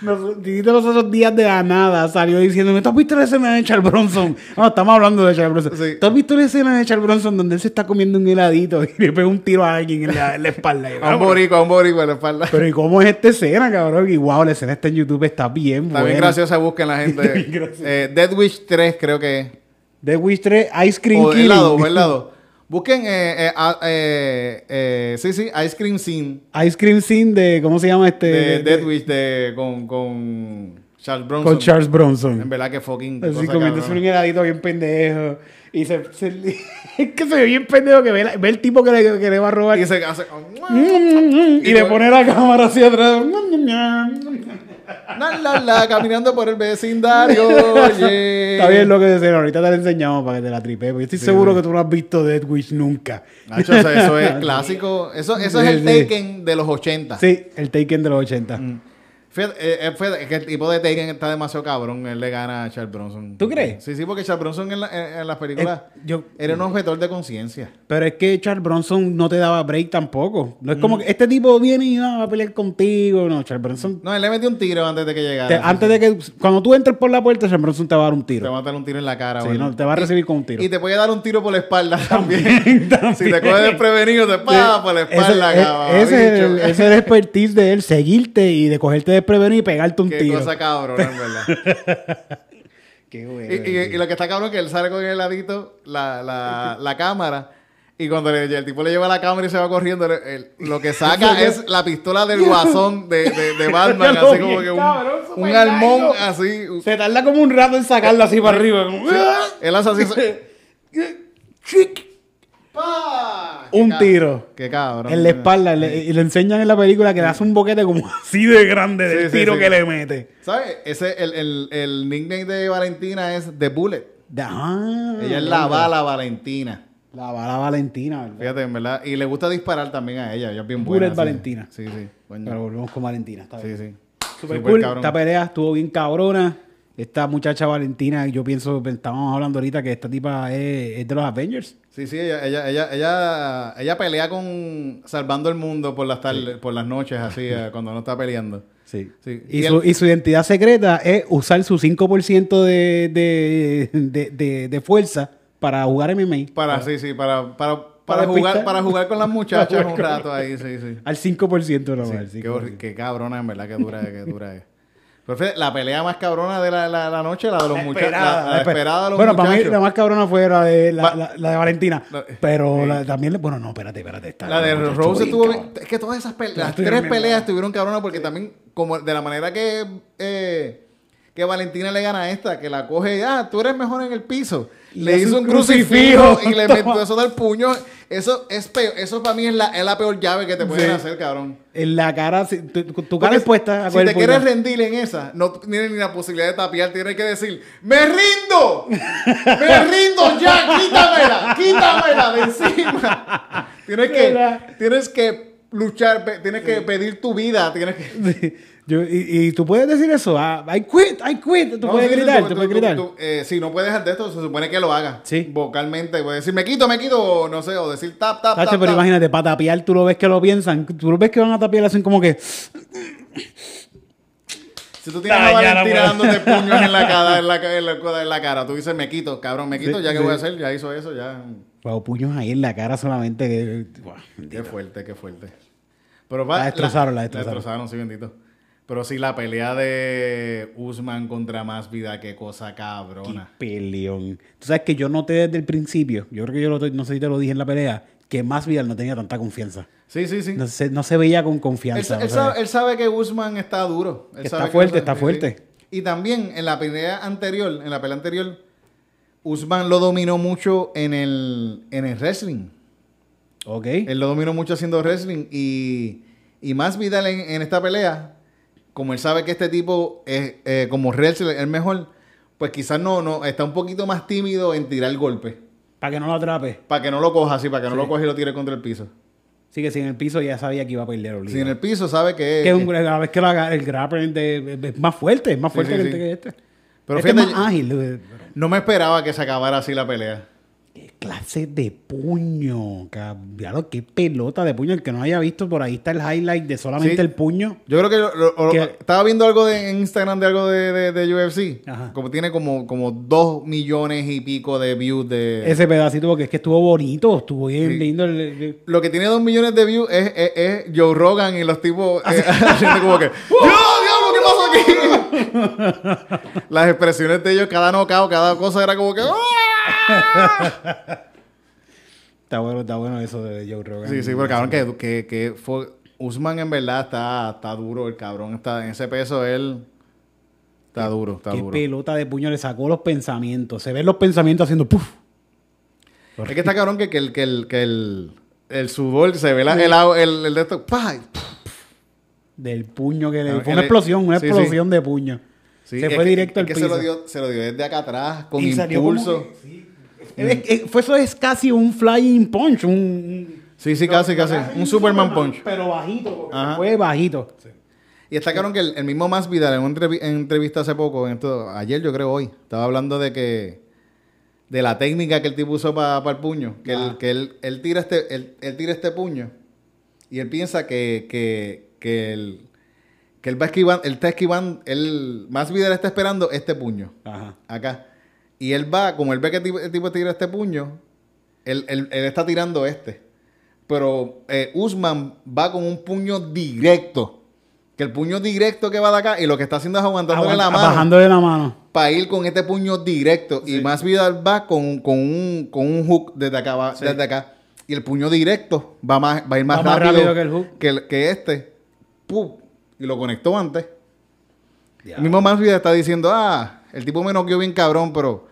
Nos, dijiste los otros días de la nada, salió diciéndome, ¿tú has visto la escena de Charles Bronson? No, estamos hablando de Charles Bronson. Sí. ¿Tú has visto la escena de Charles Bronson donde él se está comiendo un heladito y le pega un tiro a alguien en la, en la espalda? Y yo, A un boricua, a un boricua en la espalda. Pero ¿y cómo es esta escena, cabrón? Y wow, la escena está en YouTube, está bien Está bien buena. graciosa, busquen la gente. Está bien graciosa. Eh, Dead Wish 3 creo que es. The Witch 3, Ice Cream O el Killing. lado, o el lado. Busquen, eh, eh, a- eh, eh, sí, sí, Ice Cream Scene Ice Cream Scene de, ¿cómo se llama este? de Death Wish de, con, con Charles Bronson. con Charles Bronson. En verdad que fucking. Así cosa comiéndose cabrona. un heladito bien pendejo. Y se, se- es que se ve bien pendejo que ve, la- ve el tipo que le, que le va a robar. Y Y, se hace. y le pone la cámara hacia atrás. Mm, La, la, la, caminando por el vecindario. oye. Está bien lo que decían. Ahorita te la enseñamos para que te la tripe. Porque estoy seguro que tú no has visto Dead Wish nunca. Nacho, o sea, eso es clásico. Eso, eso es Sí, el sí. Taken de los 80. Sí, el Taken de los 80. Mm. Fíjate, eh, eh, fíjate, es que el tipo de Taken está demasiado cabrón. Él le gana a Charles Bronson. ¿Tú crees? Sí, sí, porque Charles Bronson en, la- en- en las películas Eh, yo- era un objetor de conciencia. Pero es que Charles Bronson no te daba break tampoco. No es como Mm. que este tipo viene y ah, va a pelear contigo. No, Charles Bronson. No, él le metió un tiro antes de que te- llegara. antes de que. Cuando tú entres por la puerta, Charles Bronson te va a dar un Te va tiro. a dar un tiro en la cara. Sí, o algo. no, te va a recibir con un tiro. Y te puede dar un tiro por la espalda también. Si te coges desprevenido, te pa Ah, por la Ese- espalda, e- cabrón. ese es el- bicho. ese es el expertise de él, seguirte y de cogerte desprevenido y pegarte un Qué tiro. cosa cabrón, en verdad. Qué y, bueno. y- y lo que está cabrón es que él sale con el heladito, la, la, la cámara. Y cuando le- el tipo le lleva la cámara y se va corriendo, le- el- lo que saca es la pistola del guasón de, de, de Batman. Ya lo así vi, como que un, cabrón, un super almón largo. así. Se tarda como un rato en sacarlo así para arriba. como, ¡ah! Él hace así. Chic. ¡pa! Un Qué cab- tiro. Qué cabrón. En la espalda. le- y le enseñan en la película que le hace un boquete como así de grande del Sí, sí, tiro sí. que le mete. ¿Sabes? Ese, el, el, el nickname de Valentina es The Bullet. Ah, Ella es la bala Valentina. La bala Valentina. ¿verdad? Fíjate, en verdad. Y le gusta disparar también a ella. Ella es bien buena. Bullet sí. Valentina. Sí, sí. coño. Pero volvemos con Valentina. Está bien. Sí, sí. Super, Súper cool. cabrón. Esta pelea estuvo bien cabrona. Esta muchacha Valentina, yo pienso, estábamos hablando ahorita que esta tipa es, es de los Avengers. Sí, sí, ella, ella, ella, ella, ella pelea con salvando el mundo por las tardes, por las noches, así, eh, cuando no está peleando. Sí. Sí. Y, Y su, el- y su identidad secreta es usar su 5% de, de, de, de- de fuerza para jugar MMA. Para, sí, sí, para, para, para, Para jugar, pistar. para jugar con las muchachas Para un jugar rato ahí, sí, sí. Al 5% Sí, nomás. qué, horri- qué cabrona, en verdad, que dura, que dura es. Pero fíjate, la pelea más cabrona de la, la, la noche, la de los muchachos. La, la esperada de los bueno, para mí muchachos. la más cabrona fue la de, la, Va- la- la de Valentina. La- pero la- también, le- bueno, no, espérate, espérate. esta- eh. La de muchacho, Rose bien estuvo cabrón. bien- Es que todas esas peleas, Todas las estuvieron tres bien peleas buenas. estuvieron cabronas porque también, como de la manera que, eh, que Valentina le gana a esta, que la coge y, ah, tú eres mejor en el piso. Y le hace hizo un un crucifijo. crucifijo, y le Toma. metió eso del puño. Eso es peor, eso para mí es la, es la peor llave que te pueden Sí. hacer, cabrón. En la cara, si- tu, tu tu cara Porque expuesta. pues, a si coger te quieres puñal. rendir en esa, no tienes ni la posibilidad de tapiar, tienes que decir, ¡me rindo! ¡Me rindo ya! ¡Quítamela! ¡Quítamela de encima! Tienes que, ¿Verdad? tienes que luchar, pe- tienes que pedir tu vida, tienes que... Sí. Yo- y, y tú puedes decir eso. ah, I quit, I quit. Tú No, puedes sí, sí, gritar, tú- tú tú- puedes tú- gritar. tú, eh, si no puedes dejar de esto, se supone que lo haga. Sí. Vocalmente, puedes decir, me quito, me quito, o no sé, o decir tap, tap, Tacho, tap, pero tap. imagínate, para tapiar tú lo ves que lo piensan. Tú lo ves que van a tapiar hacen como que. Si tú tienes Ah, a ya la Valentina puedo. dándote puños en la, cara, en, la, ca- en la- en la cara, tú dices, me quito, cabrón, me quito, Sí, ya que sí. voy a hacer, ya hizo eso, ya... Wow, puños ahí en la cara solamente. que- guau, Qué bendito. fuerte, qué fuerte. Pero La destrozaron, la destrozaron. sí, bendito. Pero sí, la pelea de Usman contra Masvidal, qué cosa Qué cabrona. peleón. Tú sabes que yo noté desde el principio, yo creo que yo lo, no sé si te lo dije en la pelea, que más Vidal no tenía tanta confianza. Sí, sí, sí. No se, no se veía con él, confianza. sa- él o sea, sabe, él sabe que Usman está duro. Él Que sabe está fuerte, Usman- está sí, fuerte. sí. Y también en la pelea anterior, en la pelea anterior, Usman lo dominó mucho en el, en el wrestling. ok. Él lo dominó mucho haciendo wrestling y, y más Vidal en, en esta pelea, como él sabe que este tipo es eh, como wrestler es mejor, pues quizás no, no está un poquito más tímido en tirar el golpe. Para que no lo atrape. Para que no lo coja así, para que no lo coja y lo tire contra el piso. Sí, que si en el piso ya sabía que iba a perder. obligado. Si en el piso sabe que, que es un- la vez que lo haga, el grappling de- es más fuerte, es más Sí, fuerte sí, que, sí. que este. Pero este fíjate, es más ágil. eh, no me esperaba que se acabara así la pelea. ¿Qué clase de puño? Cabrón, qué pelota de puño. El que no haya visto, por ahí está el highlight de solamente Sí. el puño. Yo creo que lo- lo- lo- Que- estaba viendo algo de, en Instagram de algo de, de- de UFC. Ajá. Como tiene como, como dos millones y pico de views de, Ese pedacito, porque es que estuvo bonito, estuvo bien lindo. el- el- el- Lo que tiene dos millones de views es, es- es Joe Rogan y los tipos eh, haciendo como que ¡Dios, diablo, qué pasó aquí! Las expresiones de ellos, cada nocao, cada cosa era como que ¡ah! Está bueno, está bueno eso de Joe Rogan. Sí, sí, pero cabrón, que, que, que fue- Usman en verdad está, está duro, el cabrón está en ese peso, él está duro, está Qué duro. pelota de puño le sacó los pensamientos. Se ven los pensamientos haciendo puff. Es que está cabrón que, que el, que el, que el, el sudor se ve la- el, agua- el, el de esto. ¡pah! Del puño que le Claro, Fue una él- explosión, una sí, explosión de puño. Sí, se es fue que- directo es al que piso. Se lo, dio, se lo dio desde acá atrás, con Y salió como impulso. que- sí. Eh, eh, fue eso es casi un flying punch, un- un Sí, sí, casi, casi. Un Superman Punch. Pero bajito. Ajá. Fue bajito. Y está claro que el, el mismo Masvidal en una entrevi- en entrevista hace poco, en esto- ayer yo creo hoy, estaba hablando de que de la técnica que el tipo usó para el puño, que, él, que él, él tira este, él, él tira este puño y él piensa que, que, que él, que él va esquivando, él está esquivando, él, Masvidal está esperando este puño Ajá. acá. Y él va, como él ve que el tipo, el tipo tira este puño, él, él- él está tirando este. Pero eh, Usman va con un puño directo. Que el puño directo que va de acá y lo que está haciendo es aguantándole la mano Bajando de ah, la mano. para ir con este puño directo. Y más Vidal va con, con, un, con un hook desde acá, va- desde acá. Y el puño directo va, más, va a ir más, Va más rápido, rápido que el hook. Que, el- que este. Pum. y lo conectó antes. El mismo más Vidal está diciendo, ah, el tipo me noqueó bien cabrón, pero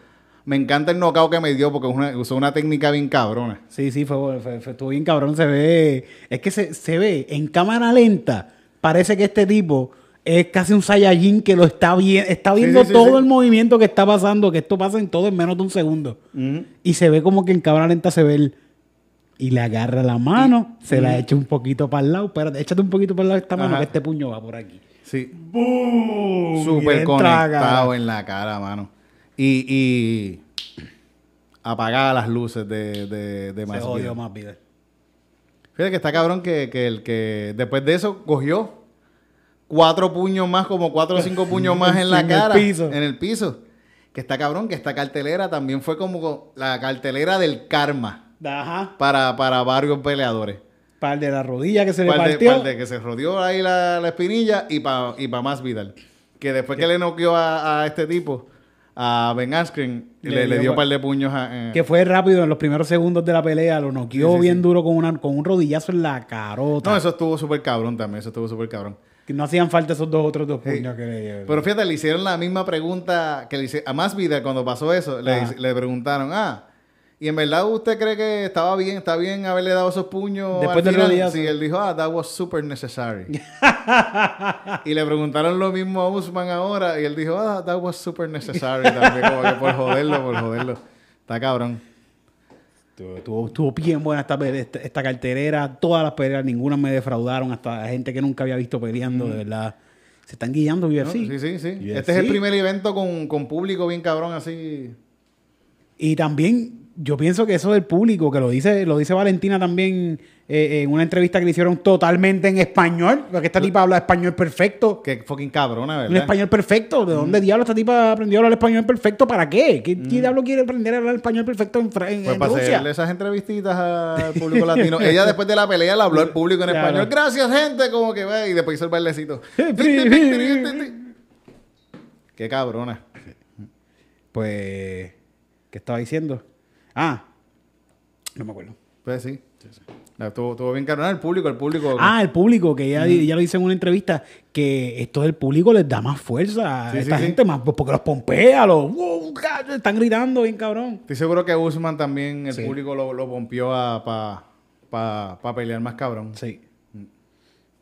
me encanta el knockout que me dio porque es una- usó una técnica bien cabrona. Sí, sí, fue, fue- fue- estuvo bien cabrón. Se ve. Es que se, se ve en cámara lenta. Parece que este tipo es casi un Saiyajin que lo está, vi- está Sí, viendo sí, sí, todo sí. el movimiento que está pasando. Que esto pasa en todo en menos de un segundo. Y se ve como que en cámara lenta se ve él. Y le agarra la mano, se la echa un poquito para el lado. Espérate, échate un poquito para el lado de esta mano, Ajá. que este puño va por aquí. Sí. ¡Bum! Súper Bien tragado. conectado en la cara, mano. Y, y apagaba las luces de, de, de Se Masvidal. jodió más vida. Fíjate que está cabrón que, que el que después de eso cogió cuatro puños más, como cuatro o cinco puños más en la En el cara. piso. En el piso. Que está cabrón que esta cartelera también fue como co- la cartelera del karma Ajá. para, para varios peleadores. Par de la rodilla que se le Par de, partió. par de que se rodeó ahí la, la espinilla y para y pa más Vidal. Que después que le noqueó a, a este tipo, a Ben Askren, Le le, le dio dio pa- un par de puños a... eh, Que fue rápido en los primeros segundos de la pelea. Lo noqueó Sí, sí, bien sí. duro con, una, con un rodillazo en la carota. no, No, eso estuvo súper cabrón también, eso estuvo súper cabrón. hacían falta esos dos otros dos Sí. puños que le Pero fíjate, le hicieron la misma pregunta que le hice a Masvidal cuando pasó eso. Le, Ajá. le preguntaron, ah, ¿y en verdad usted cree que estaba bien, está bien haberle dado esos puños Después al del final? rodillazo. Sí, él dijo, ah, that was super necessary. y le preguntaron lo mismo a Usman ahora y él dijo, ah, that was super necessary también, como que por joderlo, por joderlo. Está cabrón. Estuvo- Estuvo, estuvo bien buena esta, pelea, esta, esta cartelera. Todas las peleas, ninguna me defraudaron. Hasta la gente que nunca había visto peleando, de verdad. Se están guiando, Mm. ¿no? UFC. Sí, sí, sí. Y Este es el así. primer evento con, con público bien cabrón así. Y también yo pienso que eso del público, que lo dice, lo dice Valentina también eh, en una entrevista que le hicieron totalmente en español, porque esta tipa habla español perfecto. Que fucking cabrona, ¿verdad? Un español perfecto. ¿De dónde diablo esta tipa aprendió a hablar español perfecto? ¿Para qué? ¿Qué qué diablo quiere aprender a hablar español perfecto en, Fra- en- Pues en para Rusia? hacerle esas entrevistitas al público latino. Ella después de la pelea le habló al público en Claro. español. Gracias, gente. Como que va. Y después hizo el bailecito. Qué cabrona. Pues, ¿qué estaba diciendo? Ah, no me acuerdo. Pues sí. La Tuvo, tuvo bien cabrona el público, el público. Ah, el público, que ya, ya lo dice en una entrevista, que esto del público les da más fuerza a Sí, esta sí, sí. gente, más, porque los pompea, los wow, ca- están gritando bien cabrón. Estoy seguro que Usman también, el Sí. público lo, lo pompió para pa, pa pelear más cabrón. Sí.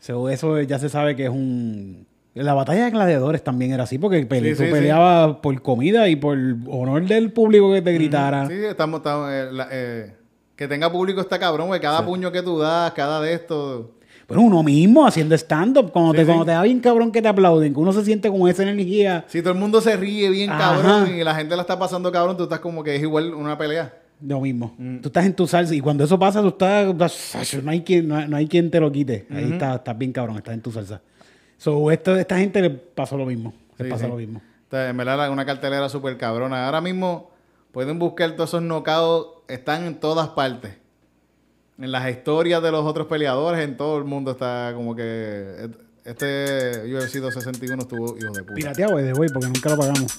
So, eso ya se sabe que es un. La batalla de gladiadores también era así, porque pele- Sí, sí, tú sí. peleabas por comida y por honor del público que te gritara. Sí, estamos. estamos, eh, la- eh, que tenga público está cabrón, güey. Cada puño que tú das, cada de esto. Pero uno mismo haciendo stand-up, cuando, Sí, te, sí. cuando te da bien cabrón que te aplauden, que uno se siente con esa energía. Si todo el mundo se ríe bien Ajá. cabrón y la gente la está pasando cabrón, tú estás como que es igual una pelea. Lo mismo. Mm. Tú estás en tu salsa y cuando eso pasa, tú estás. No hay quien, no, hay- no hay quien te lo quite. Ahí está- estás bien cabrón, estás en tu salsa. So, esto, esta gente le pasó lo mismo. Le Sí, pasó sí. lo mismo. O sea, en verdad, la- una cartelera súper cabrona. Ahora mismo pueden buscar todos esos knockouts. Están en todas partes. En las historias de los otros peleadores, en todo el mundo está como que... Este UFC 261 estuvo hijo de puta. Pirateado eh, es de güey, porque nunca lo pagamos.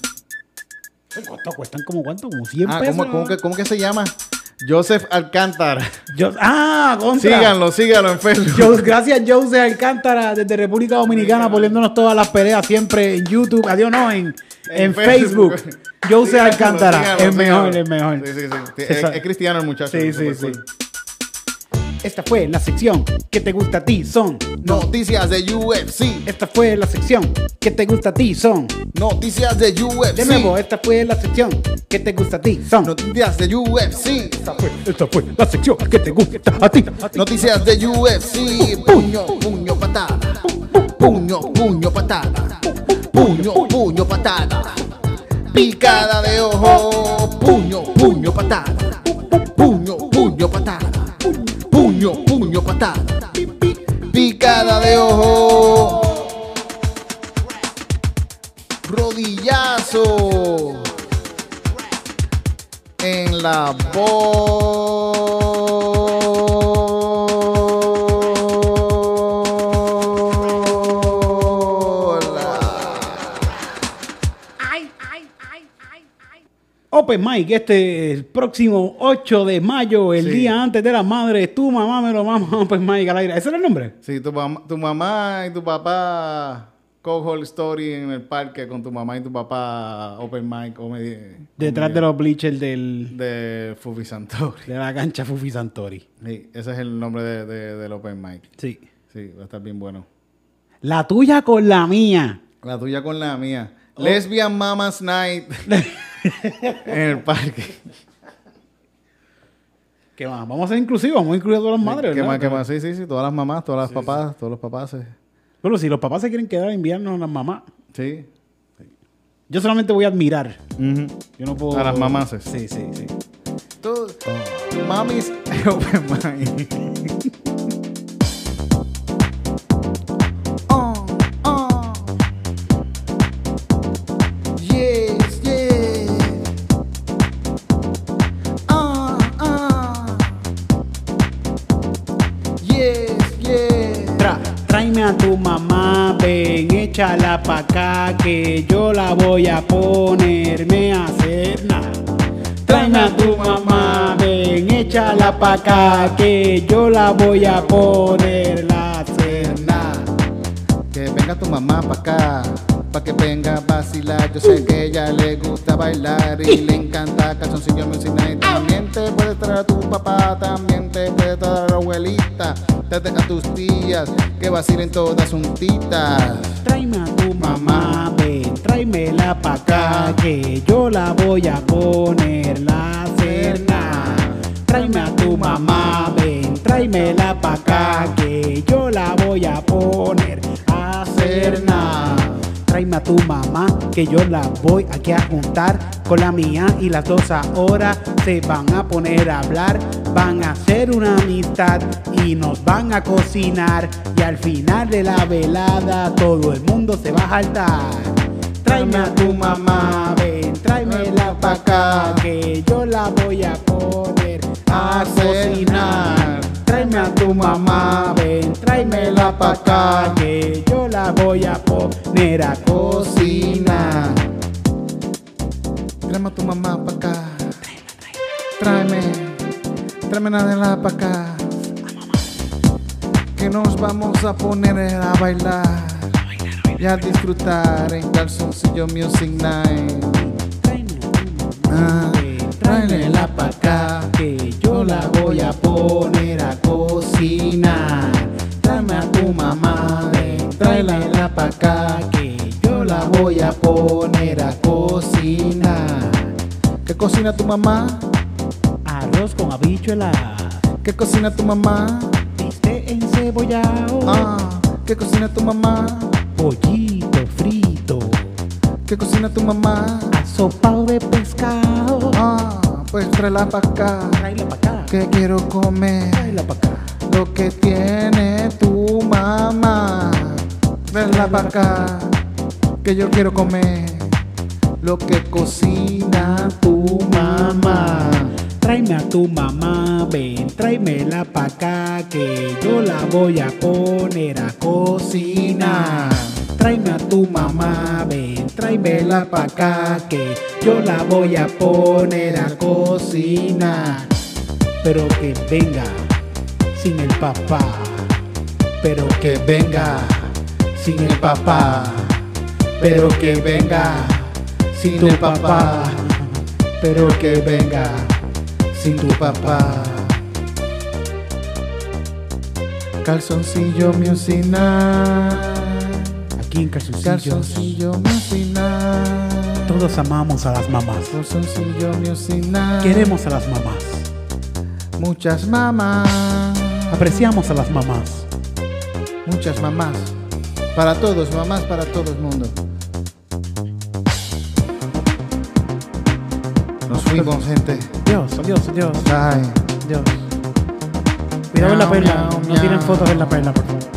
¿Cuánto cuestan? ¿Como cuánto? ¿Como 100 Ah, pesos? ¿cómo, cómo que, cómo que se llama? Joseph Alcántara. Yo- ah, contra. Síganlo, síganlo en Facebook. Yo- gracias, Jose Alcántara, desde República Dominicana, poniéndonos todas las peleas siempre en YouTube. Adiós, no, en, en, Facebook. Jose Síganlo, Alcántara, síganlo, el síganlo. mejor, el mejor. Sí, sí, sí. Sí, Esa- Es, es cristiano el muchacho. Sí, sí, súper sí. cool. Esta fue la sección que te gusta a ti, son. Noticias de UFC. Esta fue la sección que te gusta a ti, son. Noticias de UFC. De nuevo, esta fue la sección que te gusta a ti, son. Noticias de UFC. Esta fue la sección que te gusta a ti. Noticias de UFC. Puño, puño, patada. Puño, puño, patada. Puño, puño, patada. Picada de ojo. Puño, puño, patada. Puño, puño, patada. Puño, puño, patada. Picada de ojo. Rodillazo. En la bola. Open Mike, este el próximo 8 de mayo, el Sí. día antes de las madres, tu mamá me lo mama Open Mike al aire. ¿Ese era el nombre? Sí, tu, mam- tu mamá y tu papá cojo el story en el parque con tu mamá y tu papá open mic comedy Detrás de los bleachers del, de Fufi Santori. de la cancha Fufi Santori. Sí, ese es el nombre de- de- del open mic. Sí. Sí, va a estar bien bueno. La tuya con la mía. La tuya con la mía. Lesbian Mamas Night en el parque. ¿Qué más? Vamos a ser inclusivos, vamos a incluir a todas las madres. ¿Qué ¿verdad? más, qué más? Sí, sí, sí. Todas las mamás, todas las papás, todos los papás. Sí. Bueno, si los papás se quieren quedar, enviarnos a las mamás. Sí. Yo solamente voy a admirar. Yo no puedo. A las mamás. Sí, sí, sí. Tú- Mamis pues, open mind. Oh, oh. Yes, yes. Ah, ah. Yes, yes. Tra, tráeme a tu mamá, ven, échala pa' acá, que yo la voy a ponerme a hacer nada. Tráeme a tu mamá, ven, échala pa' acá, que yo la voy a ponerla a hacer nada. Que venga tu mamá pa' acá, pa' que venga a vacilar. Yo sé que ella le gusta bailar y le encanta calzoncillo music night. También te puedes traer a tu papá, también te puedes traer a la abuelita. Trate a tus tías, que vacilen todas juntitas. Tráeme a tu mamá, ven, tráemela pa' acá, que yo la voy a poner la cerna. Tráeme a tu mamá, ven, tráemela pa' acá, que yo la voy a poner a cerna. Tráeme a tu mamá, que yo la voy aquí a juntar con la mía y las dos ahora se van a poner a hablar, van a hacer una amistad y nos van a cocinar y al final de la velada todo el mundo se va a jaltar. Tráeme a tu mamá, ven, tráemela pa' acá, que yo la voy a poner a cocinar. Tráeme a tu mamá, ven, tráemela pa' acá, que yo la voy a poner a cocinar. Tráeme a tu mamá pa' acá. Tráeme, tráeme la de la pa' acá. Que nos vamos a poner a bailar. Y a disfrutar en calzoncillo Music Night. Tráeme a tu Ah, mamá, ven, tráemela pa' acá, que yo la voy a poner a cocinar. Tráeme a tu mamá, ven, tráemela pa' acá, que yo la voy a poner a cocinar. ¿Qué cocina tu mamá? Arroz con habichuela. ¿Qué cocina tu mamá? Viste encebollado, Ah, ¿qué cocina tu mamá? pollito frito, ¿Qué cocina tu mamá? asopado de pescado. Ah, pues tráela pa' acá. Tráela para acá, Que quiero comer. tráela para acá. Lo que tiene tu mamá. Tráela pa' acá. Que yo quiero comer. Lo que cocina tu mamá. Tráeme a tu mamá, ven, tráemela pa' acá, que yo la voy a poner a cocinar. Tráeme a tu mamá, ven, tráemela pa' acá, que yo la voy a poner a cocinar. pero que venga sin el papá, pero que venga sin el papá, pero que venga sin tu papá, pero que venga sin tu papá. Calzoncillo Music Night, Aquí en Calzoncillos. Calzoncillo Music Night, todos amamos a las mamás. Calzoncillo Music Night. Queremos a las mamás. muchas mamás, Apreciamos a las mamás. muchas mamás, para todos, mamás para todo el mundo. Nos fuimos, gente. Dios, Dios, Dios, Bye. Dios. Cuidado en la Miau, perla. miau, No tienen miau. fotos en la perla, por favor. oh,